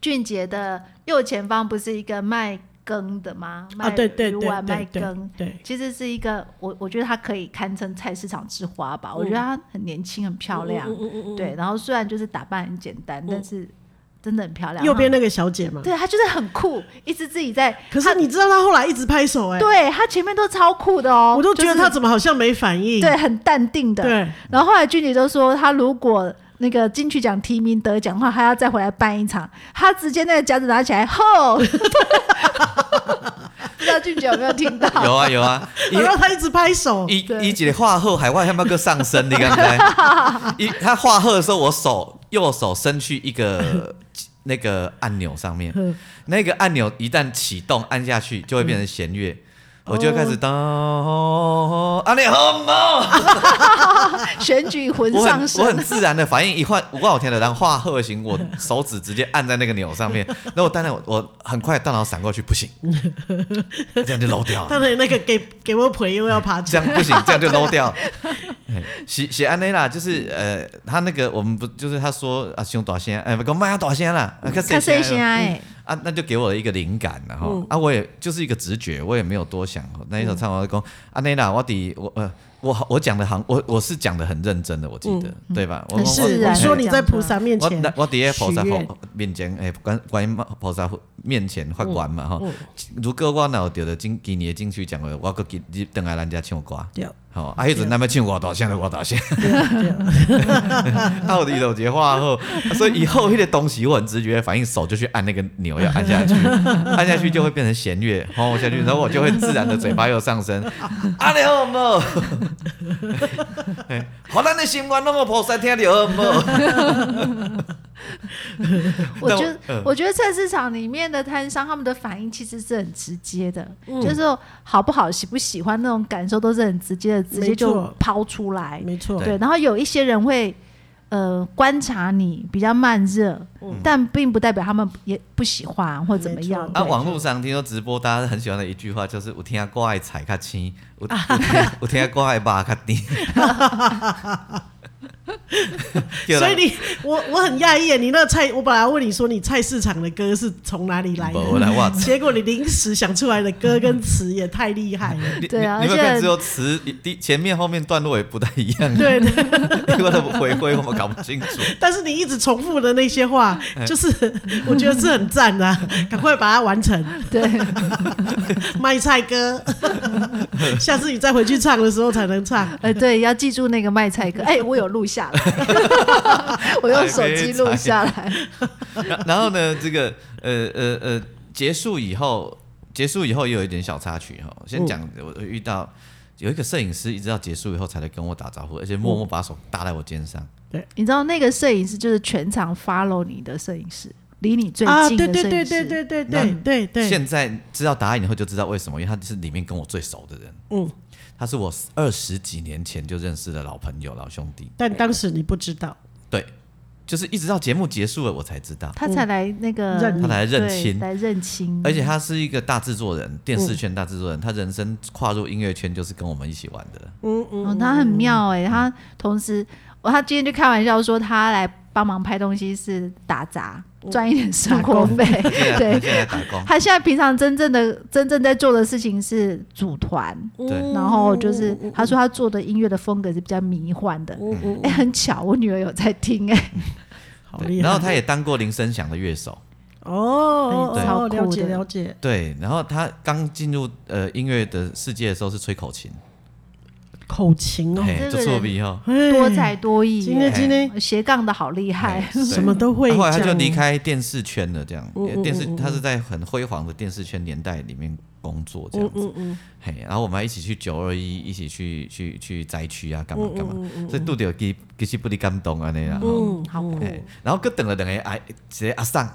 Speaker 3: 俊杰的右前方不是一个卖羹的吗？卖
Speaker 2: 啊，对对
Speaker 3: 鱼
Speaker 2: 对
Speaker 3: 丸卖
Speaker 2: 对对
Speaker 3: 羹，
Speaker 2: 对，
Speaker 3: 其实是一个我我觉得他可以堪称菜市场之花吧。我觉得他很年轻，很漂亮，
Speaker 2: 嗯嗯嗯嗯
Speaker 3: 对。然后虽然就是打扮很简单，但是真的很漂亮。
Speaker 2: 右边
Speaker 3: 的
Speaker 2: 那个小姐嘛。
Speaker 3: 嗯对他就是很酷，一直自己在。
Speaker 2: 嗯可
Speaker 3: 她
Speaker 2: 是你知道她后来一直拍手哎、
Speaker 3: 对他前面都超酷的哦，
Speaker 2: 我都觉得她
Speaker 3: 就是
Speaker 2: 怎么好像没反应。
Speaker 3: 对很淡定的。
Speaker 2: 对
Speaker 3: 然后后来俊杰就说，他如果那个金曲奖提名得奖的话，他要再回来办一场。他直接那个夹子拿起
Speaker 2: *laughs*
Speaker 3: 来，吼！不知道俊杰有没有听到？
Speaker 1: 有啊有啊，
Speaker 2: 我让她一直拍手。
Speaker 1: 一
Speaker 3: 哦对
Speaker 1: 一姐画鹤海外要不要个上升？你刚才
Speaker 3: *laughs*
Speaker 1: 一他画鹤的时候，我手右手伸去一个那个按钮上面，
Speaker 2: 嗯
Speaker 1: 那个按钮一旦启动按下去，就会变成弦乐。
Speaker 3: 嗯
Speaker 1: 我就会开始当啊，你好嘛！
Speaker 3: 选举魂
Speaker 1: 我很
Speaker 3: 上
Speaker 1: 我
Speaker 3: 身
Speaker 1: 很，自然的反应一换，我我天的，然后画鹤型，我手指直接按在那个钮
Speaker 3: *laughs*
Speaker 1: 上面，那我当然我我很快大脑闪过去，不行，这样就漏掉了。
Speaker 2: 当然，那个给给我朋友要爬起
Speaker 1: 这
Speaker 2: 来，
Speaker 1: 样不行，这样就
Speaker 3: *laughs*
Speaker 1: low 掉。哎是是安内啦，就是呃，他那个我们不就是他说啊，胸大声，哎，不讲麦要大声啦，啊，看
Speaker 3: 看谁先
Speaker 1: 啊，
Speaker 3: 哎，嗯
Speaker 1: 啊，那就给我了一个灵感然后、啊，我也就是一个直觉，我也没有多想。那一首唱完就讲
Speaker 3: 嗯
Speaker 1: 安内啦，我底我呃。我我讲的行，我我是讲的很认真的，我记得、对吧？
Speaker 3: 嗯
Speaker 1: 我
Speaker 3: 很
Speaker 1: 我
Speaker 3: 自
Speaker 2: 是
Speaker 3: 然
Speaker 2: 你
Speaker 3: 地
Speaker 2: 说你在
Speaker 3: 讲出
Speaker 2: 菩
Speaker 3: 来
Speaker 2: 萨面
Speaker 1: 我
Speaker 2: 前，
Speaker 1: 我伫个菩萨
Speaker 2: 许
Speaker 1: 佛
Speaker 2: 愿
Speaker 1: 面前，诶，观观音菩萨佛面前发愿
Speaker 2: 嗯
Speaker 1: 嘛吼。如果我若有得着今今年的金曲奖的，我搁今日等来咱遮唱歌。
Speaker 2: 对
Speaker 1: 吼，啊，迄阵咱要唱偌大声就偌大声， *laughs* 啊，有伊有一个话后，所以以后迄个东西我很直觉的反应，手就去按那个钮，要按
Speaker 2: *laughs*
Speaker 1: 下去，按下去就会变成弦乐，吼下去，然后我就会自然的嘴巴又
Speaker 2: *laughs*
Speaker 1: 上升，啊，你好 *laughs* 无？嘿好，咱的心愿拢有菩萨听着好无？
Speaker 3: 我
Speaker 1: 但
Speaker 3: 觉
Speaker 1: 我
Speaker 3: 得，
Speaker 1: 嗯
Speaker 3: 我觉得菜市场里面的摊商他们的反应其实是很直接的，
Speaker 2: 嗯
Speaker 3: 就是说好不好、喜不喜欢那种感受都是很直接的，直接
Speaker 2: 没错
Speaker 3: 就抛出来。
Speaker 2: 没错，
Speaker 3: 对，然后有一些人会呃观察你比较慢热，但并不代表他们也不喜欢或怎么样
Speaker 2: 嗯没。
Speaker 1: 啊，
Speaker 2: 错
Speaker 3: 对
Speaker 1: 网络上听说直播，大家很喜欢的一句话就是：有听歌的菜较青，
Speaker 3: *laughs*
Speaker 1: 有有听有听歌的肉较甜。对啦
Speaker 2: 所以你我我很讶异耶，你那个菜，我本来问你说你菜市场的歌是从哪里来
Speaker 1: 没啦我
Speaker 2: 的，结果你临时想出来的歌跟词也太厉害
Speaker 1: *laughs*
Speaker 2: 了。
Speaker 1: 你
Speaker 3: 对啊
Speaker 1: 你你有没
Speaker 3: 而
Speaker 1: 有
Speaker 3: 且
Speaker 1: 看只有词第前面后面段落也不太一样， *laughs*
Speaker 2: 对对，
Speaker 1: 我的回归我们搞不清楚。
Speaker 2: 但是你一直重复的那些话，
Speaker 1: 哎
Speaker 2: 就是我觉得是很赞
Speaker 1: *laughs*
Speaker 2: 的啊、赶快把它完成。
Speaker 3: *laughs* 对， *laughs*
Speaker 2: 卖菜
Speaker 1: *laughs*
Speaker 2: 歌，下次你再回去唱的时候才能唱。
Speaker 3: 呃，对，要记住那个卖菜哥。哎，我有录下来， *laughs* 我用手机录下来。
Speaker 1: 然然后呢，这个呃呃呃，结束以后，结束以后也有一点小插曲哈。先讲，
Speaker 3: 嗯
Speaker 1: 我我遇到有一个摄影师，一直到结束以后才来跟我打招呼，而且默
Speaker 3: 嗯
Speaker 1: 默把手搭在我肩上。
Speaker 3: 你知道那个摄影师就是全场 follow 你的摄影师，离你最
Speaker 2: 啊，
Speaker 3: 近
Speaker 2: 对
Speaker 3: 的摄
Speaker 2: 对
Speaker 3: 影师。
Speaker 2: 对对对对对对对，
Speaker 1: 现在知道答案以后就知道为什么，因为他是里面跟我最熟的人。
Speaker 2: 嗯，
Speaker 1: 他是我二十几年前就认识的老朋友、老兄弟。
Speaker 2: 但当时你不知道，
Speaker 1: 对，就是一直到节目结束了我才知道，
Speaker 3: 他才来那个
Speaker 2: 嗯认
Speaker 1: 他来认
Speaker 3: 对
Speaker 1: 亲。
Speaker 3: 来认亲，
Speaker 1: 而且他是一个大制作人，电视圈大制作人，他人生跨入音乐圈就是跟我们一起玩的。
Speaker 2: 嗯嗯，
Speaker 3: 哦，他很妙哎、他同时，哦他今天就开玩笑说他来帮忙拍东西是打杂，
Speaker 2: 哦
Speaker 3: 赚一
Speaker 2: *laughs*
Speaker 3: 点生活费。
Speaker 1: 现在他
Speaker 3: 对，
Speaker 1: 现在打工，
Speaker 3: *laughs* 他现在平常真正的真正在做的事情是组团，
Speaker 2: 嗯哦
Speaker 1: 对
Speaker 3: 然后就是他说他做的音乐的风格是比较迷幻的。
Speaker 2: 哦
Speaker 3: 哎、很巧，我女儿有在听哎、
Speaker 2: 好
Speaker 1: 对
Speaker 2: 厉害。
Speaker 1: 然后他也当过林声祥的乐手。
Speaker 2: 哦哦
Speaker 3: 哎
Speaker 2: 哦，
Speaker 3: 对超
Speaker 2: 了
Speaker 3: 酷
Speaker 2: 解
Speaker 3: 的
Speaker 2: 了解，
Speaker 1: 对，然后他刚进入呃音乐的世界的时候是吹口琴，
Speaker 2: 口琴哦，
Speaker 1: 嘿
Speaker 3: 这，个
Speaker 1: 就作弊哈。
Speaker 2: 哎
Speaker 3: 多才多艺，欸
Speaker 2: 今天
Speaker 1: 哎
Speaker 2: 今天
Speaker 3: 斜杠的好厉害
Speaker 1: 嘿，对啊
Speaker 2: 什么都会
Speaker 1: 后来他就
Speaker 2: 讲
Speaker 1: 离开电视圈了，这样
Speaker 2: 嗯嗯嗯
Speaker 1: 电视
Speaker 2: 嗯
Speaker 1: 他是在很辉煌的电视圈年代里面工作
Speaker 2: 嗯
Speaker 1: 这样子。
Speaker 2: 嗯嗯，
Speaker 1: 嘿，然后我们还一起去九二一，一起去去去灾区啊，干嘛干嘛，所以杜着其其实不离感动啊那样。
Speaker 2: 嗯，
Speaker 3: 好酷
Speaker 1: 嘿，然后佮等了两个阿一个阿桑，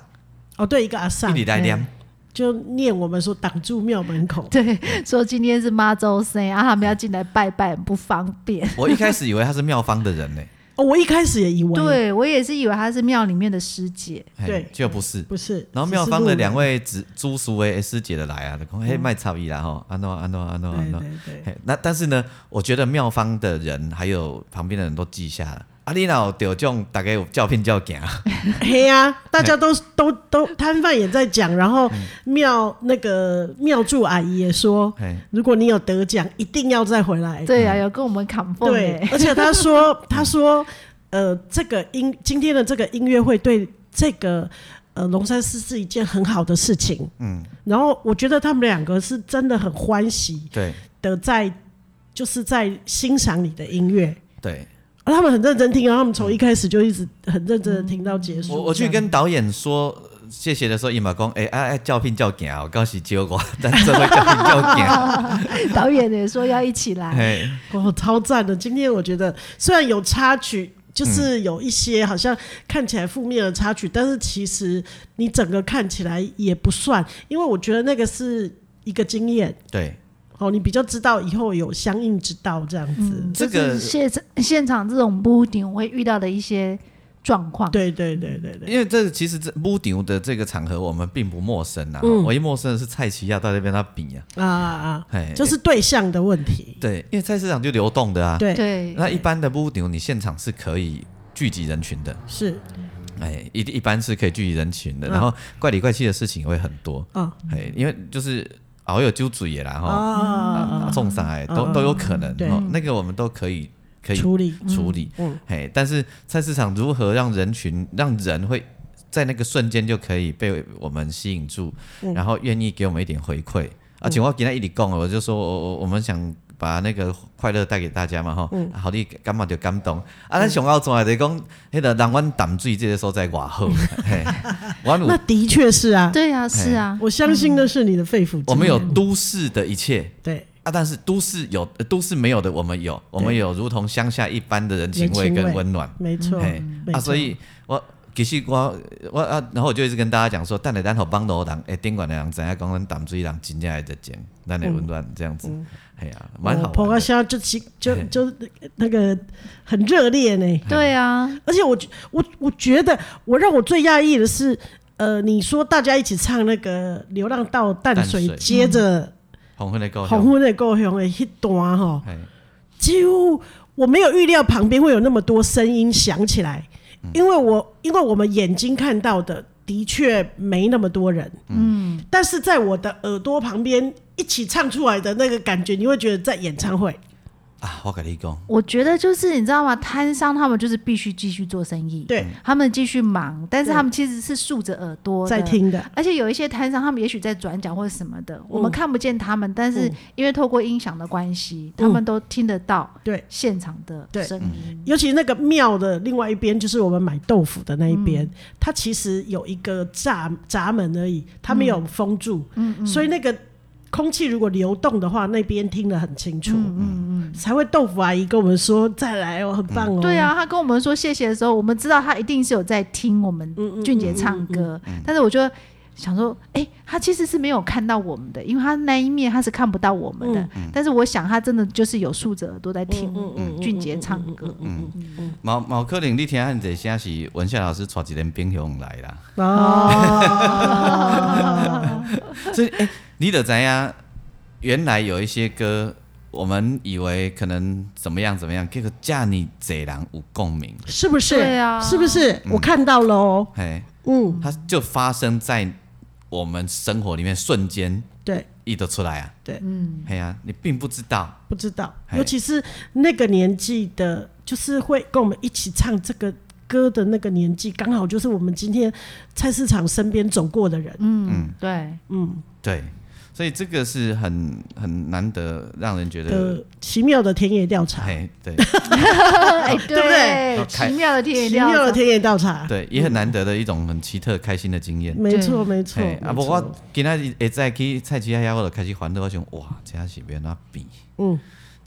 Speaker 2: 哦，对，一个阿
Speaker 1: 一
Speaker 2: 上
Speaker 1: 直来念，
Speaker 2: 就念我们说挡住庙门口，
Speaker 3: 对，说今天是妈周生啊，他们要进来拜拜，很不方便。
Speaker 1: 我一开始以为他是妙方
Speaker 2: *laughs*
Speaker 1: 的人呢，
Speaker 2: 哦，我一开始也以为，，
Speaker 3: 对我也是以为她是庙里面的师姐，
Speaker 1: 嘿
Speaker 2: 对
Speaker 1: 结果不是。
Speaker 2: 不是，
Speaker 1: 然后妙方的两位子朱淑薇师姐的来啊，就讲嘿卖草伊啦吼，安诺安诺安诺
Speaker 2: 只是路人，
Speaker 1: 安诺，
Speaker 2: 对对对，
Speaker 1: 嘿，那但是呢，我觉得妙方的人还有旁边的人都记下了。啊，你老得种大概有照片照啊行，
Speaker 2: 嘿呀，大家都都都摊贩也在讲，然
Speaker 1: 嗯
Speaker 2: 后庙那个庙祝阿姨也说，
Speaker 1: *laughs* 嘿，
Speaker 2: 如果你有得奖，一定要再回来，
Speaker 3: 对啊，有跟我们 confirm
Speaker 2: 哎嗯对
Speaker 3: 欸， *laughs*
Speaker 2: 而且他说，他说，呃，这个音今天的这个音乐会对这个呃龙山寺是一件很好的事情。嗯，然后我觉得他们两个是真的很欢喜
Speaker 1: 对
Speaker 2: 的在，就是在欣赏你的音乐。
Speaker 1: 对，
Speaker 2: 而他们很认真听，然后他们从一开始就一直很认真的听到结束。
Speaker 1: 嗯我我去跟导演说呃谢谢的时候，伊嘛讲，哎哎哎，照片照行，我 *laughs* 告诉结果，但这回照片照
Speaker 2: *laughs*
Speaker 1: 行，
Speaker 3: 导演也说要一起来，
Speaker 1: 嘿，
Speaker 2: 哦，超赞的！今天我觉得虽然有插曲，
Speaker 1: 嗯
Speaker 2: 就是有一些好像看起来负面的插曲，但是其实你整个看起来也不算，因为我觉得那个是一个经验
Speaker 1: 对，
Speaker 2: 哦，你比较知道以后有相应之道这样子。
Speaker 1: 这
Speaker 3: 就是
Speaker 1: 个
Speaker 3: 现场现场这种布顶会遇到的一些状况，
Speaker 2: 对对对对对，
Speaker 1: 因为这其实这木牛的这个场合我们并不陌生啊，
Speaker 2: 嗯
Speaker 1: 唯一陌生的是蔡奇亚到那边他比啊，
Speaker 2: 啊啊，
Speaker 1: 嘿，
Speaker 2: 就是对象的问题。
Speaker 1: 对，因为菜市场就流动的啊，
Speaker 2: 对，
Speaker 3: 对
Speaker 1: 那一般的木牛你现场是可以聚集人群的，
Speaker 2: 是
Speaker 1: 哎，一一般是可以聚集人群的，
Speaker 2: 嗯
Speaker 1: 然后怪里怪气的事情也会很多，
Speaker 2: 啊
Speaker 1: 哎，因为就是熬有揪嘴也啦
Speaker 2: 啊
Speaker 1: 哈，
Speaker 2: 啊
Speaker 1: 啊，
Speaker 2: 啊，
Speaker 1: 重伤哎
Speaker 2: 嗯
Speaker 1: 都
Speaker 2: 嗯
Speaker 1: 都有可能
Speaker 2: 对
Speaker 1: 哦，那个我们都可以可以
Speaker 2: 处理
Speaker 1: 处理，
Speaker 2: 嗯
Speaker 1: 嘿，但是菜市场如何让人群让人会在那个瞬间就可以被我们吸引住，
Speaker 2: 嗯
Speaker 1: 然后愿意给我们一点回馈。而且我给他一点供，我就说我我我们想把那个快乐带给大家嘛吼，
Speaker 2: 嗯
Speaker 1: 啊好你感嘛就感动。啊，咱上澳做的就是讲，迄个让阮淡水这个所在偌好，
Speaker 2: *laughs*
Speaker 1: 嘿，阮有
Speaker 2: 那的确是啊，
Speaker 3: 对
Speaker 1: 哎
Speaker 3: 啊，是啊，嗯
Speaker 2: 我相信那是你的肺腑。
Speaker 1: 我们有都市的一切，
Speaker 2: 对
Speaker 1: 啊，但是都市有、呃都市没有的，我们有，我们有如同乡下一般的人情味
Speaker 2: 人情味
Speaker 1: 跟温暖，
Speaker 2: 没错
Speaker 1: 嘿，
Speaker 2: 没
Speaker 1: 啊，
Speaker 2: 错
Speaker 1: 所以我其实我我啊，然后我就一直跟大家讲说，等下咱好帮老人，诶，顶管的人知影讲咱淡水人真正爱在讲，咱
Speaker 2: 嗯
Speaker 1: 的温暖这样子，嘿啊，蛮好
Speaker 2: 婆阿
Speaker 1: 玩的，
Speaker 2: 虾就其就就那个很热烈呢。
Speaker 3: 对啊，
Speaker 2: 而且我觉我我觉得我让我最讶异的是，呃，你说大家一起唱那个《流浪到淡水》，
Speaker 1: 淡水嗯
Speaker 2: 接着
Speaker 1: 红婚的够，
Speaker 2: 红昏的故乡的一段哈，
Speaker 1: 嘿，
Speaker 2: 几乎我没有预料旁边会有那么多声音响起来，因为我因为我们眼睛看到的的确没那么多人，嗯，但是在我的耳朵旁边一起唱出来的那个感觉，你会觉得在演唱会。
Speaker 1: 啊，我跟你讲，
Speaker 3: 我觉得就是你知道吗？摊商他们就是必须继续做生意，
Speaker 2: 对，
Speaker 3: 他们继续忙，但是
Speaker 2: 对
Speaker 3: 他们其实是竖着耳朵
Speaker 2: 在
Speaker 3: 的。
Speaker 2: 听的，
Speaker 3: 而且有一些摊商，他们也许在转角或者什么的，我们看不见他们，但是
Speaker 2: 嗯
Speaker 3: 因为透过音响的关系，他们都听得到
Speaker 2: 对
Speaker 3: 现场的
Speaker 2: 对
Speaker 3: 声
Speaker 1: 嗯
Speaker 3: 音。
Speaker 2: 尤其那个庙的另外一边，就是我们买豆腐的那一边，
Speaker 3: 嗯
Speaker 2: 它其实有一个闸闸门而已，它没有封住，
Speaker 3: 嗯
Speaker 2: 所以那个空气如果流动的话，那边听得很清楚，
Speaker 3: 嗯
Speaker 2: 才会豆腐阿姨跟我们说再来哦，很棒哦，
Speaker 3: 对，啊，他跟我们说谢谢的时候，我们知道他一定是有在听我们俊杰唱歌，但是我就想说，哎、他其实是没有看到我们的，因为他那一面他是看不到我们的，但是我想他真的就是有竖着耳朵在听俊杰唱歌，
Speaker 1: 毛毛可能你听汉这声是文夏老师带一点冰熊来啦，
Speaker 3: *laughs*
Speaker 2: 哦，
Speaker 1: 所以，哎、你得怎样？原来有一些歌，我们以为可能怎么样怎么样，结果嫁你贼狼无共鸣，
Speaker 2: 是不是？
Speaker 3: 对啊
Speaker 2: 是不是？我看到了哦，
Speaker 1: 嘿，
Speaker 2: 嗯，
Speaker 1: 它就发生在我们生活里面，瞬间
Speaker 2: 对
Speaker 1: 译得出来啊，
Speaker 2: 对，
Speaker 1: 嘿呀、你并不知道，
Speaker 2: 不知道，
Speaker 1: 嘿
Speaker 2: 尤其是那个年纪的，就是会跟我们一起唱这个歌的那个年纪，刚好就是我们今天菜市场身边走过的人。
Speaker 3: 嗯，对，
Speaker 2: 嗯，
Speaker 1: 对，所以这个是很很难得让人觉得，
Speaker 2: 的奇妙的田野调查，
Speaker 1: 哎，对
Speaker 3: 哎，
Speaker 2: 对不对
Speaker 3: 奇妙的天
Speaker 2: 奇
Speaker 3: 也料，
Speaker 2: 妙的田野调查， *laughs*
Speaker 1: 对，也很难得的一种很奇特开心的经验。
Speaker 2: 没错没嗯错
Speaker 1: 嘿。啊，
Speaker 2: 没
Speaker 1: 不
Speaker 2: 错
Speaker 1: 过我今仔日会再去菜市遐，我就开始烦恼，我想哇，这是要安怎比？
Speaker 2: 嗯，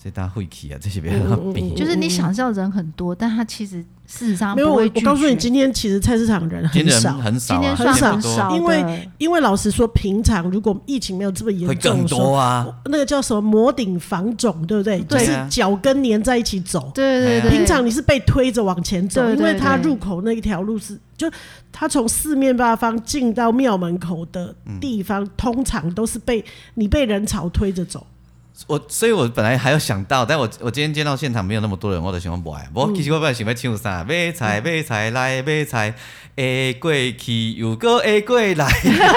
Speaker 1: 这搭晦气啊，这是要安怎比？
Speaker 3: 就是你想象人很多，但他其实事实上
Speaker 2: 没有
Speaker 3: 不
Speaker 2: 我
Speaker 3: 会
Speaker 2: 我
Speaker 3: 拒
Speaker 2: 告诉你，
Speaker 3: 绝
Speaker 2: 今天其实菜市场人很
Speaker 1: 今天人
Speaker 2: 少。
Speaker 1: 很少
Speaker 3: 今天
Speaker 1: 啊，
Speaker 3: 算
Speaker 2: 很
Speaker 1: 见
Speaker 3: 很
Speaker 1: 不多，
Speaker 3: 少的，
Speaker 2: 因为因为老实说，平常如果疫情没有这么严
Speaker 1: 会
Speaker 2: 重
Speaker 1: 更
Speaker 2: 的时候，
Speaker 1: 多啊。
Speaker 2: 那个叫什么摩顶防肿，对不对？就
Speaker 3: 对啊
Speaker 2: 是脚跟粘在一起走。
Speaker 3: 对对对，
Speaker 2: 平常你是被推着往前走，
Speaker 3: 对对
Speaker 2: 因为它
Speaker 3: 对
Speaker 2: 入口那一条路是，就它从四面八方进到庙门口的地方，通常都是被你被人潮推着走。
Speaker 1: 我所以，我本来还有想到，但我我今天见到现场没有那么多人，我就想欢不爱。
Speaker 2: 嗯
Speaker 1: 我其实我本来想要唱啥，啊买菜买菜来买菜，会过去又过会过来，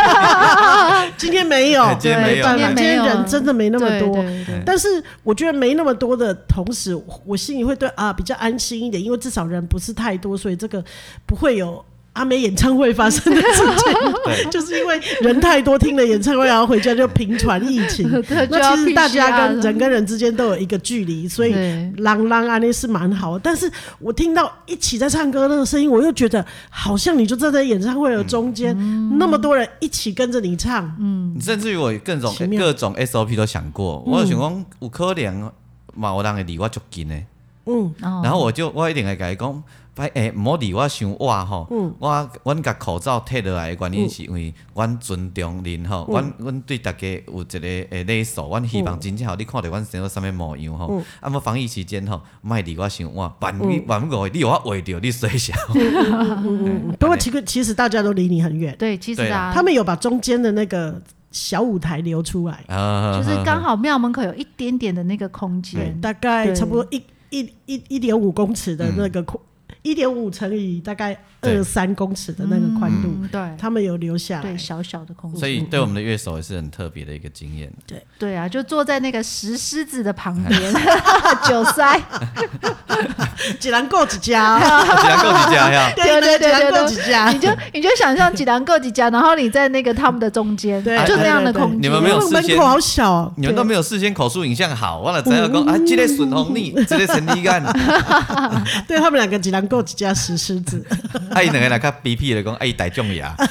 Speaker 2: *laughs* 今天没有，
Speaker 1: 哎今天没有
Speaker 2: 办法，
Speaker 3: 今
Speaker 2: 今
Speaker 3: 天没有
Speaker 2: 天人真的没那么
Speaker 3: 对
Speaker 2: 多。
Speaker 3: 对对。
Speaker 2: 但是我觉得没那么多的同时，我心里会对啊比较安心一点，因为至少人不是太多，所以这个不会有阿妹演唱会发生的事情。就是因为人太多，听了演唱会然后回家就频传疫情
Speaker 3: 对， *laughs* 就要
Speaker 2: 那其实大家跟
Speaker 3: PCR
Speaker 2: 人跟人之间都有一个距离，所以
Speaker 3: 对
Speaker 2: 朗朗啊那是蛮好的。但是我听到一起在唱歌那个声音，我又觉得好像你就站在演唱会的中间，
Speaker 3: 嗯
Speaker 2: 那么多人一起跟着你唱，
Speaker 1: 甚至于我各种
Speaker 2: 嗯奇妙
Speaker 1: 各种 SOP 都想过，我有想讲有可能嘛有人会离我足近的，
Speaker 2: 嗯，
Speaker 3: 哦
Speaker 1: 然后我就我一定会甲伊讲，哎拜诶，唔好离我伤哇吼。
Speaker 3: 嗯
Speaker 1: 我阮甲口罩摕落来的原因是因为阮尊重恁
Speaker 3: 嗯
Speaker 1: 吼，阮阮对大家有一个诶礼数，阮希望真正互你看着阮生活啥物模样
Speaker 3: 嗯
Speaker 1: 吼。啊，么防疫期间吼，莫离我伤晚，万一万五你有我画着，你衰
Speaker 3: *laughs*
Speaker 1: 笑。
Speaker 2: 嗯，不过其实其实大家都离你很远，
Speaker 3: 对，其实
Speaker 1: 对啊
Speaker 3: 啊，
Speaker 2: 他们有把中间的那个小舞台留出来，
Speaker 1: 啊
Speaker 2: 嗯
Speaker 3: 就是刚好庙门口有一点点的那个空间
Speaker 1: 对，
Speaker 2: 大概
Speaker 3: 对
Speaker 2: 差不多一一一一点五公尺的那个宽，一点五乘以大概
Speaker 1: 对
Speaker 2: 二三公尺的那个宽度，
Speaker 3: 嗯对
Speaker 2: 他们有留下来
Speaker 3: 对，。小小的空
Speaker 1: 所
Speaker 3: 间，
Speaker 1: 以对我们的乐手也是很特别的一个
Speaker 3: *laughs*
Speaker 1: 经验。
Speaker 3: 对啊，就坐在那个石狮子的旁
Speaker 2: 哎 *laughs*
Speaker 3: 边，九塞，
Speaker 2: 几人够几家哦？
Speaker 1: 啊几人够几家呀？
Speaker 3: 对对对
Speaker 2: 几人
Speaker 3: 对
Speaker 2: 够
Speaker 3: 对
Speaker 2: 几家
Speaker 3: 你？就你就想象几两够几家，然后你在那个他们的中间，
Speaker 2: 对
Speaker 3: 就那样的
Speaker 2: 对对对
Speaker 3: 空间。
Speaker 1: 你们 *laughs* 没有
Speaker 2: 因为
Speaker 1: 事先
Speaker 2: 门口好小哦。
Speaker 1: 你们都没有事先口述影像好，我了知道讲
Speaker 3: 嗯
Speaker 1: 啊，这个顺红你，这个陈立干，
Speaker 2: 对他们两个几人够几家石狮子，
Speaker 1: 啊，伊两个来较比屁的讲，啊，伊大众呀。 *laughs*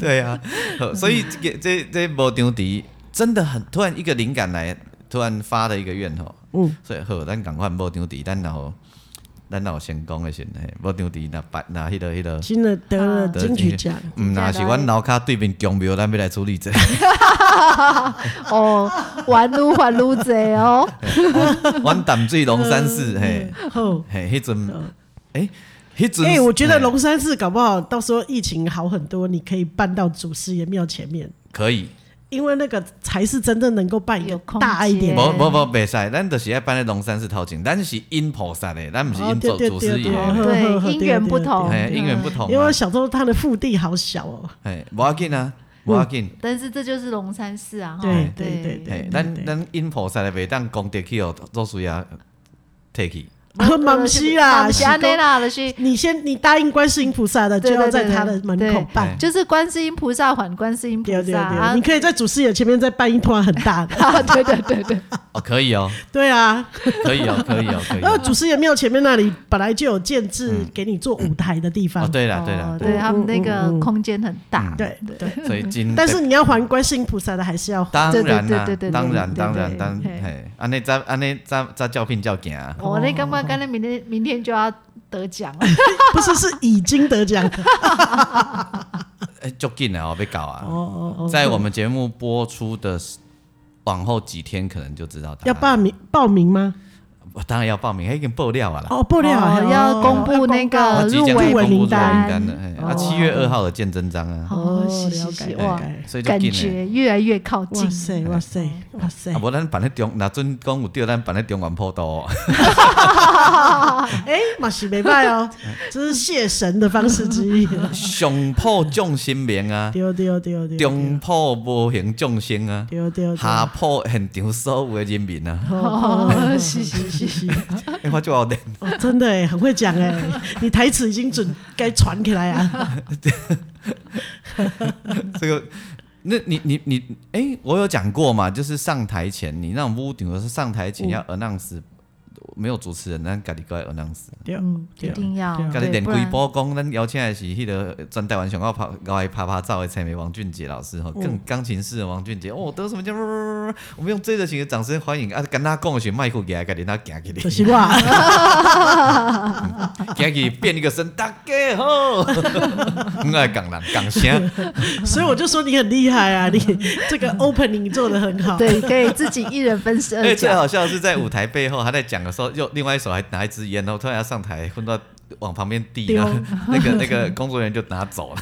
Speaker 1: 对啊，好所以这个这这无张迪真的很突然一个灵感来，突然发了一个愿吼，
Speaker 2: 嗯，
Speaker 1: 所以好，咱赶快无张迪，咱然后咱然后成功的先嘿，无张迪那白那迄个迄个，
Speaker 2: 新的得
Speaker 1: 啊
Speaker 2: 了金曲奖，
Speaker 1: 嗯，若是阮楼骹对面强庙，咱要来处
Speaker 2: *laughs*
Speaker 1: 理者。
Speaker 3: 哦，玩撸玩撸贼哦， *laughs*
Speaker 1: 阮淡水龙山寺嘿。
Speaker 2: 哦，
Speaker 1: 嘿，迄阵，诶，迄阵，
Speaker 2: 哎、我觉得
Speaker 1: 嘿
Speaker 2: 龙山寺搞不好到时候疫情好很多，你可以搬到祖师爷庙前面，
Speaker 1: 可以，
Speaker 2: 因为那个才是真正能够办一个
Speaker 3: 有空
Speaker 2: 大一点
Speaker 3: 间
Speaker 2: 的。
Speaker 1: 无无无袂使，咱就是爱搬咧龙山寺头前，咱是因菩萨的，咱毋是
Speaker 2: 哦
Speaker 1: 因做
Speaker 2: 对对
Speaker 1: 祖
Speaker 2: 对
Speaker 1: 师爷
Speaker 2: 对
Speaker 1: 的，
Speaker 2: 呵
Speaker 3: 对
Speaker 2: 呵呵
Speaker 3: 因缘不同
Speaker 1: 嘿，
Speaker 3: 对
Speaker 1: 因缘不同
Speaker 2: 因为
Speaker 1: 啊
Speaker 2: 我，小时候他的腹地好小哦，
Speaker 1: 嘿，无要紧啊，无要紧，
Speaker 3: 但是这就是龙山寺啊，哈
Speaker 2: 对
Speaker 3: 对
Speaker 2: 对对嗯对
Speaker 1: 嘿，咱咱因菩萨的袂当功德去哦，做师爷摕去，
Speaker 2: *laughs* 蒙西啦，
Speaker 3: 西
Speaker 2: 是
Speaker 3: 安
Speaker 2: 讲
Speaker 3: 内啊啦，就是
Speaker 2: 你先你答应观世音菩萨的，就
Speaker 3: 对
Speaker 2: 要
Speaker 3: 对
Speaker 2: 在
Speaker 3: 对
Speaker 2: 他的门口
Speaker 3: 对
Speaker 2: 办。
Speaker 3: 就是观世音菩萨还观世音菩
Speaker 2: 对对
Speaker 3: 萨
Speaker 2: 对，
Speaker 3: 啊
Speaker 2: 你，可以在祖师爷前面再办一团很大
Speaker 3: *laughs*
Speaker 2: 的。
Speaker 3: 啊 *laughs* 对对对对，
Speaker 1: 哦，可以哦，
Speaker 2: 对啊，
Speaker 1: 可以哦，可以哦，可以
Speaker 2: 然后 *laughs*
Speaker 1: 哦，
Speaker 2: 祖师爷庙前面那里本来就有建制给你做舞台的地
Speaker 1: 嗯哦，
Speaker 2: 方。
Speaker 1: 对啦，
Speaker 3: 哦
Speaker 1: 对啦，
Speaker 3: 对他们那个
Speaker 2: 嗯嗯嗯
Speaker 3: 空间很大，
Speaker 1: 嗯
Speaker 2: 对对，
Speaker 1: 所以今，
Speaker 2: 但是你要还观世音菩萨的，还是
Speaker 1: *laughs*
Speaker 2: 要还
Speaker 1: 当然啦
Speaker 3: 对对对对对，
Speaker 1: 当然，
Speaker 3: 对对
Speaker 1: 当然，
Speaker 3: 对
Speaker 1: 当
Speaker 3: 嘿
Speaker 1: 嘿，安尼才安尼才才照片照行啊。
Speaker 2: 哦
Speaker 3: 我那干嘛干脆明天明天就要得奖了，
Speaker 2: 不是是已经得奖。
Speaker 1: 哎，就近了哦，被搞啊！
Speaker 2: 哦哦哦，
Speaker 1: 在我们节目播出的时往后几天，可能就知道答案。
Speaker 2: 要报名报名吗？
Speaker 1: 我当然要报名，还已经爆料啊啦。
Speaker 2: 哦，爆料啊
Speaker 3: 哦要公布那
Speaker 1: 我
Speaker 3: 个
Speaker 1: 即
Speaker 2: 入
Speaker 1: 将
Speaker 2: 围
Speaker 1: 公布入
Speaker 2: 名
Speaker 1: 围名
Speaker 3: 单
Speaker 1: 单了。嘿
Speaker 2: 哦
Speaker 1: 啊，七月二号的见真章啊，
Speaker 2: 哦，
Speaker 3: 哦，
Speaker 2: 了
Speaker 3: 是
Speaker 2: 解
Speaker 3: 是是，
Speaker 2: 了
Speaker 3: 哇，
Speaker 2: 解。
Speaker 1: *laughs* 所以就
Speaker 3: 感
Speaker 1: 近嘞。
Speaker 3: 觉越来越靠近
Speaker 2: 哇，塞哇塞哇塞
Speaker 1: 啊，！无咱办咧中，若阵讲有对，咱办咧中原普
Speaker 2: *laughs*
Speaker 1: 渡哦。
Speaker 2: 哎，马西没拜 *laughs* 哦，这是谢神的方式之 *laughs* 一。
Speaker 1: 上普众心明啊，
Speaker 2: 丢丢丢丢，
Speaker 1: 中普无形众生啊，
Speaker 2: 丢丢
Speaker 1: 下普现场所有的人民啊。
Speaker 3: 哦，是是是，
Speaker 2: 嘻，
Speaker 1: 哎，我就好念，
Speaker 2: 哦，真的哎，很会讲哎，你台词已经准该传起来啊。
Speaker 1: 这个，那你你你，哎、我有讲过嘛，就是上台前，你那种屋顶是上台
Speaker 2: 嗯
Speaker 1: 前要 announce，、没有主持人，咱家己过来 announce，
Speaker 2: 对
Speaker 3: 嗯，一
Speaker 2: 对
Speaker 3: 定要
Speaker 2: 对啊
Speaker 1: 家己
Speaker 3: 对，
Speaker 1: 连
Speaker 3: 不
Speaker 1: 规
Speaker 3: 然
Speaker 1: 波讲，咱邀请的是迄个专台湾上要拍搞来啪啪照的蔡美王俊杰老师
Speaker 3: 哦
Speaker 1: 吼，更钢琴式的王俊杰，哦，得什么奖？我们用最热情的掌声欢迎啊！跟他讲的是麦克给他家己他行起
Speaker 2: 可
Speaker 1: 来，
Speaker 2: 惜哇，
Speaker 1: 行起变一个声，大家
Speaker 3: *laughs*
Speaker 1: 好，很爱港人港声。
Speaker 2: *laughs* 所以我就说你很厉害啊，你这 *laughs* 个 opening 做的很好。
Speaker 3: 对，可以自己一人分饰
Speaker 1: 而
Speaker 3: 二
Speaker 1: 且 *laughs* 最
Speaker 3: 角，
Speaker 1: 哎好笑的是，在舞台背后，他在讲的时候，又另外一手还拿一支烟，然后突然要上台，混到往旁边递，
Speaker 2: 丢
Speaker 1: 然后那个那个工作人员就拿走了，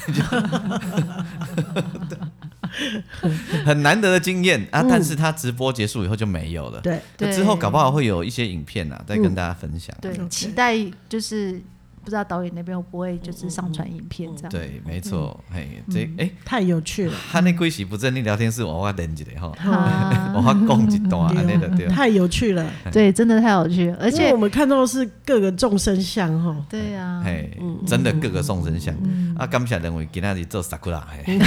Speaker 1: 就很难得的经验啊！但是他直播结束以后就没有了，
Speaker 2: 对，
Speaker 1: 那之后搞不好会有一些影片啊，再跟大家分享。
Speaker 3: 对，
Speaker 2: OK
Speaker 3: 期待就是不知道导演那边会不会就是上传影片这样。
Speaker 1: 对，没错，嘿，这哎，
Speaker 2: 太有趣了，
Speaker 1: 他那归喜不正定聊天室，我我连一个吼，
Speaker 3: 啊，
Speaker 1: *laughs* 我我讲一段，安尼就
Speaker 2: *laughs*
Speaker 1: 嗯对了。
Speaker 2: 太有趣了。
Speaker 3: 对，真的太有趣了，而
Speaker 2: 因为
Speaker 3: 且
Speaker 2: 我们看到的是各个众生相哈，
Speaker 3: 对啊，
Speaker 1: 嘿，真的各个送真相啊！感谢两位今天日做 sakura，嘿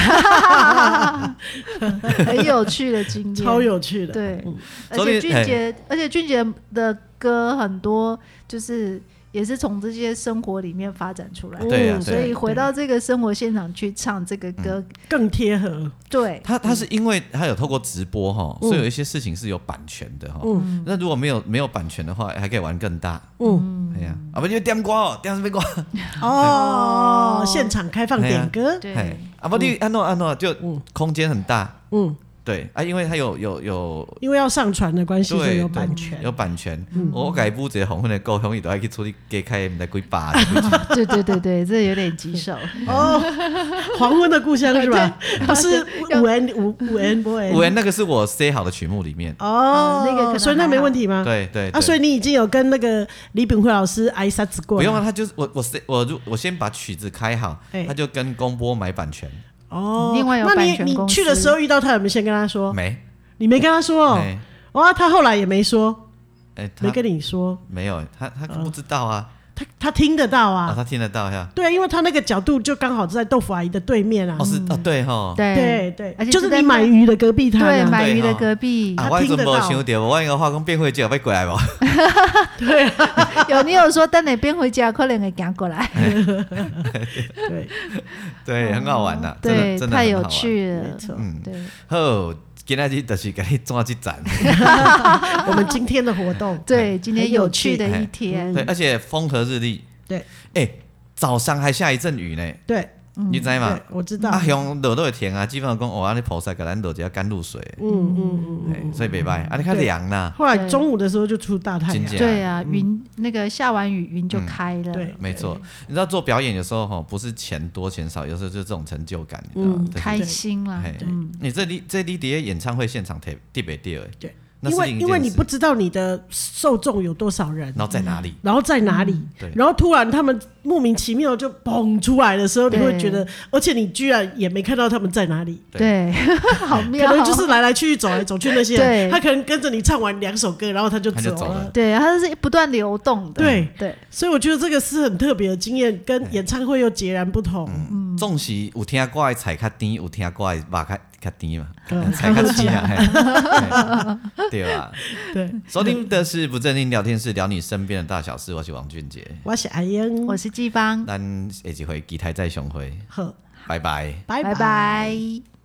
Speaker 3: 很有趣的经验，
Speaker 2: *laughs* 超有趣的。
Speaker 3: 对，而
Speaker 1: 嗯所
Speaker 3: 且
Speaker 1: 以哎
Speaker 3: 俊杰，而且俊杰的歌很多就是也是从这些生活里面发展出来的，
Speaker 1: 哦对啊嗯呀
Speaker 2: 嗯
Speaker 3: 所以回
Speaker 2: 对
Speaker 3: 到这个生活现场去唱这个歌，
Speaker 2: 更贴合，
Speaker 3: 对，
Speaker 1: 他他是因为他有透过直播哈，
Speaker 2: 嗯
Speaker 1: 所以有一些事情是有版权的哈。那如果没有没有版权的话，还可以玩更大。
Speaker 2: 嗯，
Speaker 1: 哎呀，啊不就点歌哦，点什么歌？
Speaker 2: 哦，嗯现场开放点歌，
Speaker 3: 对
Speaker 1: 嘿，啊不你安诺安诺，就空间很大。
Speaker 2: 嗯，
Speaker 1: 对啊，因为他有有有
Speaker 2: 因为要上传的关系，所
Speaker 1: 对
Speaker 2: 以
Speaker 1: 对
Speaker 2: 有版权。嗯
Speaker 1: 有版权。我改部这红粉的歌，红伊都爱去处理给开，唔知几
Speaker 2: *laughs*
Speaker 1: 把。
Speaker 3: 对 *laughs* 对对对，这有点棘手，
Speaker 2: 哦， *laughs* 黄昏的故乡是吧？不是
Speaker 3: 要
Speaker 2: 五 N 五五 N 不 N
Speaker 1: 五元那个是我塞好的曲目里面。
Speaker 2: 哦
Speaker 3: 嗯，那个可能
Speaker 2: 所以那没问题吗？
Speaker 1: 对对
Speaker 2: 啊，
Speaker 1: 对
Speaker 2: 所以你已经有跟那个李炳辉老师挨杀子过
Speaker 1: 不
Speaker 2: 了，
Speaker 1: 用啊，他就是我我塞我就我先把曲子开好
Speaker 2: 哎，
Speaker 1: 他就跟公播买版权，
Speaker 2: 哦。
Speaker 3: 另外有
Speaker 2: 那
Speaker 3: 版
Speaker 2: 你
Speaker 3: 权
Speaker 2: 你
Speaker 3: 公司
Speaker 2: 去的时候遇到他，有没有先跟他说？
Speaker 1: 没
Speaker 2: 你没跟他说哦，
Speaker 1: 哎
Speaker 2: 哇，他后来也没说，
Speaker 1: 哎他
Speaker 2: 没跟你说，
Speaker 1: 没有，他他不知道啊，
Speaker 2: 他他听得到嗯
Speaker 1: 啊，
Speaker 2: 啊，
Speaker 1: 他听得到呀。
Speaker 2: 对啊，因为他那个角度就刚好在豆腐阿姨的对面啊
Speaker 1: 哦，，是啊，对吼。
Speaker 2: 对对
Speaker 3: 而，且
Speaker 2: 就是是
Speaker 3: 在
Speaker 2: 你买鱼的隔壁摊
Speaker 3: 对，
Speaker 2: 啊，
Speaker 3: 买鱼的
Speaker 1: 对哈
Speaker 3: 隔壁
Speaker 2: 他
Speaker 1: 啊，我
Speaker 2: 听
Speaker 1: 阵
Speaker 2: 得
Speaker 1: 无
Speaker 2: 到
Speaker 1: 想到，我那个化工变会姐要过来无？哦 *laughs*
Speaker 3: 有你有说，等你边回家，可能会赶过来，
Speaker 2: 对，哦
Speaker 1: 对，很好玩呐， *laughs* 真
Speaker 3: 对，
Speaker 1: 的真的
Speaker 3: 太
Speaker 1: 很好
Speaker 3: 有
Speaker 1: 玩。
Speaker 3: 趣
Speaker 2: 没
Speaker 3: 了，
Speaker 2: 错。
Speaker 1: 嗯，
Speaker 3: 对，
Speaker 1: 好，今仔日就是给你抓一展，
Speaker 2: 我们今天的活动，
Speaker 3: 对，今天
Speaker 2: 很有
Speaker 3: 有趣
Speaker 2: 趣
Speaker 3: 的
Speaker 1: 哎
Speaker 3: 一天，
Speaker 1: 对，而且风和日丽，
Speaker 2: 嗯对
Speaker 1: 哎，早上还下一阵雨呢，
Speaker 2: 对
Speaker 1: 你知道吗
Speaker 2: 嗯对？，我知道
Speaker 1: 啊，，向落落的田啊，基本上讲，我安尼菩萨给咱落一下甘露水，
Speaker 2: 嗯嗯嗯。
Speaker 1: 哎，所以袂歹，啊，你较凉啦，
Speaker 2: 后来中午的时候就出大太阳
Speaker 1: 真，的
Speaker 3: 对啊，云那个下完雨云就
Speaker 1: 嗯
Speaker 3: 开了，
Speaker 2: 对
Speaker 1: 没错。你知道做表演有时候哈，不是钱多钱少，有时候就这种成就感，你知道吗
Speaker 2: 嗯？
Speaker 1: 这是
Speaker 3: 开心啦
Speaker 1: 嘿，
Speaker 3: 嗯，
Speaker 1: 你这里这里底下演唱会现场特特别掉哎，
Speaker 2: 对，
Speaker 1: 那
Speaker 2: 因
Speaker 1: 是
Speaker 2: 为
Speaker 1: 另一
Speaker 2: 因为
Speaker 1: 件
Speaker 2: 你
Speaker 1: 事
Speaker 2: 不，知道你的受众有多少人
Speaker 1: 然，后在哪里？
Speaker 2: 然后在哪里，
Speaker 1: 对
Speaker 2: 然后突然他们莫名其妙就蹦出来的时候，你
Speaker 3: 对
Speaker 2: 会觉得，而且你居然也没看到他们在哪里，
Speaker 3: 对， *laughs* 好
Speaker 2: 可
Speaker 3: 妙，
Speaker 2: 能就是来来去去走来走去那些
Speaker 3: 对
Speaker 2: 人，他可能跟着你唱完两首歌，然后他就
Speaker 1: 他就走了嗯
Speaker 2: 了。
Speaker 3: 对，它是不断流动的，
Speaker 2: 对
Speaker 3: 对
Speaker 2: 所以我觉得这个是很特别的经验，跟演唱会又截然不同。
Speaker 1: 总是有听歌的菜较甜，有听歌的肉较较甜嘛， *laughs*
Speaker 2: 嗯
Speaker 1: 菜较甜啊，嘿嘿对吧？
Speaker 2: 对，
Speaker 1: 收听的是不正经聊天室，聊你身边的大小事。我是王俊杰，
Speaker 2: 我是阿英，
Speaker 3: 我是季芳，
Speaker 1: 咱下一回期待再相会，
Speaker 2: 好，
Speaker 1: 拜拜。
Speaker 2: 拜
Speaker 3: 拜
Speaker 2: 拜。
Speaker 3: 拜。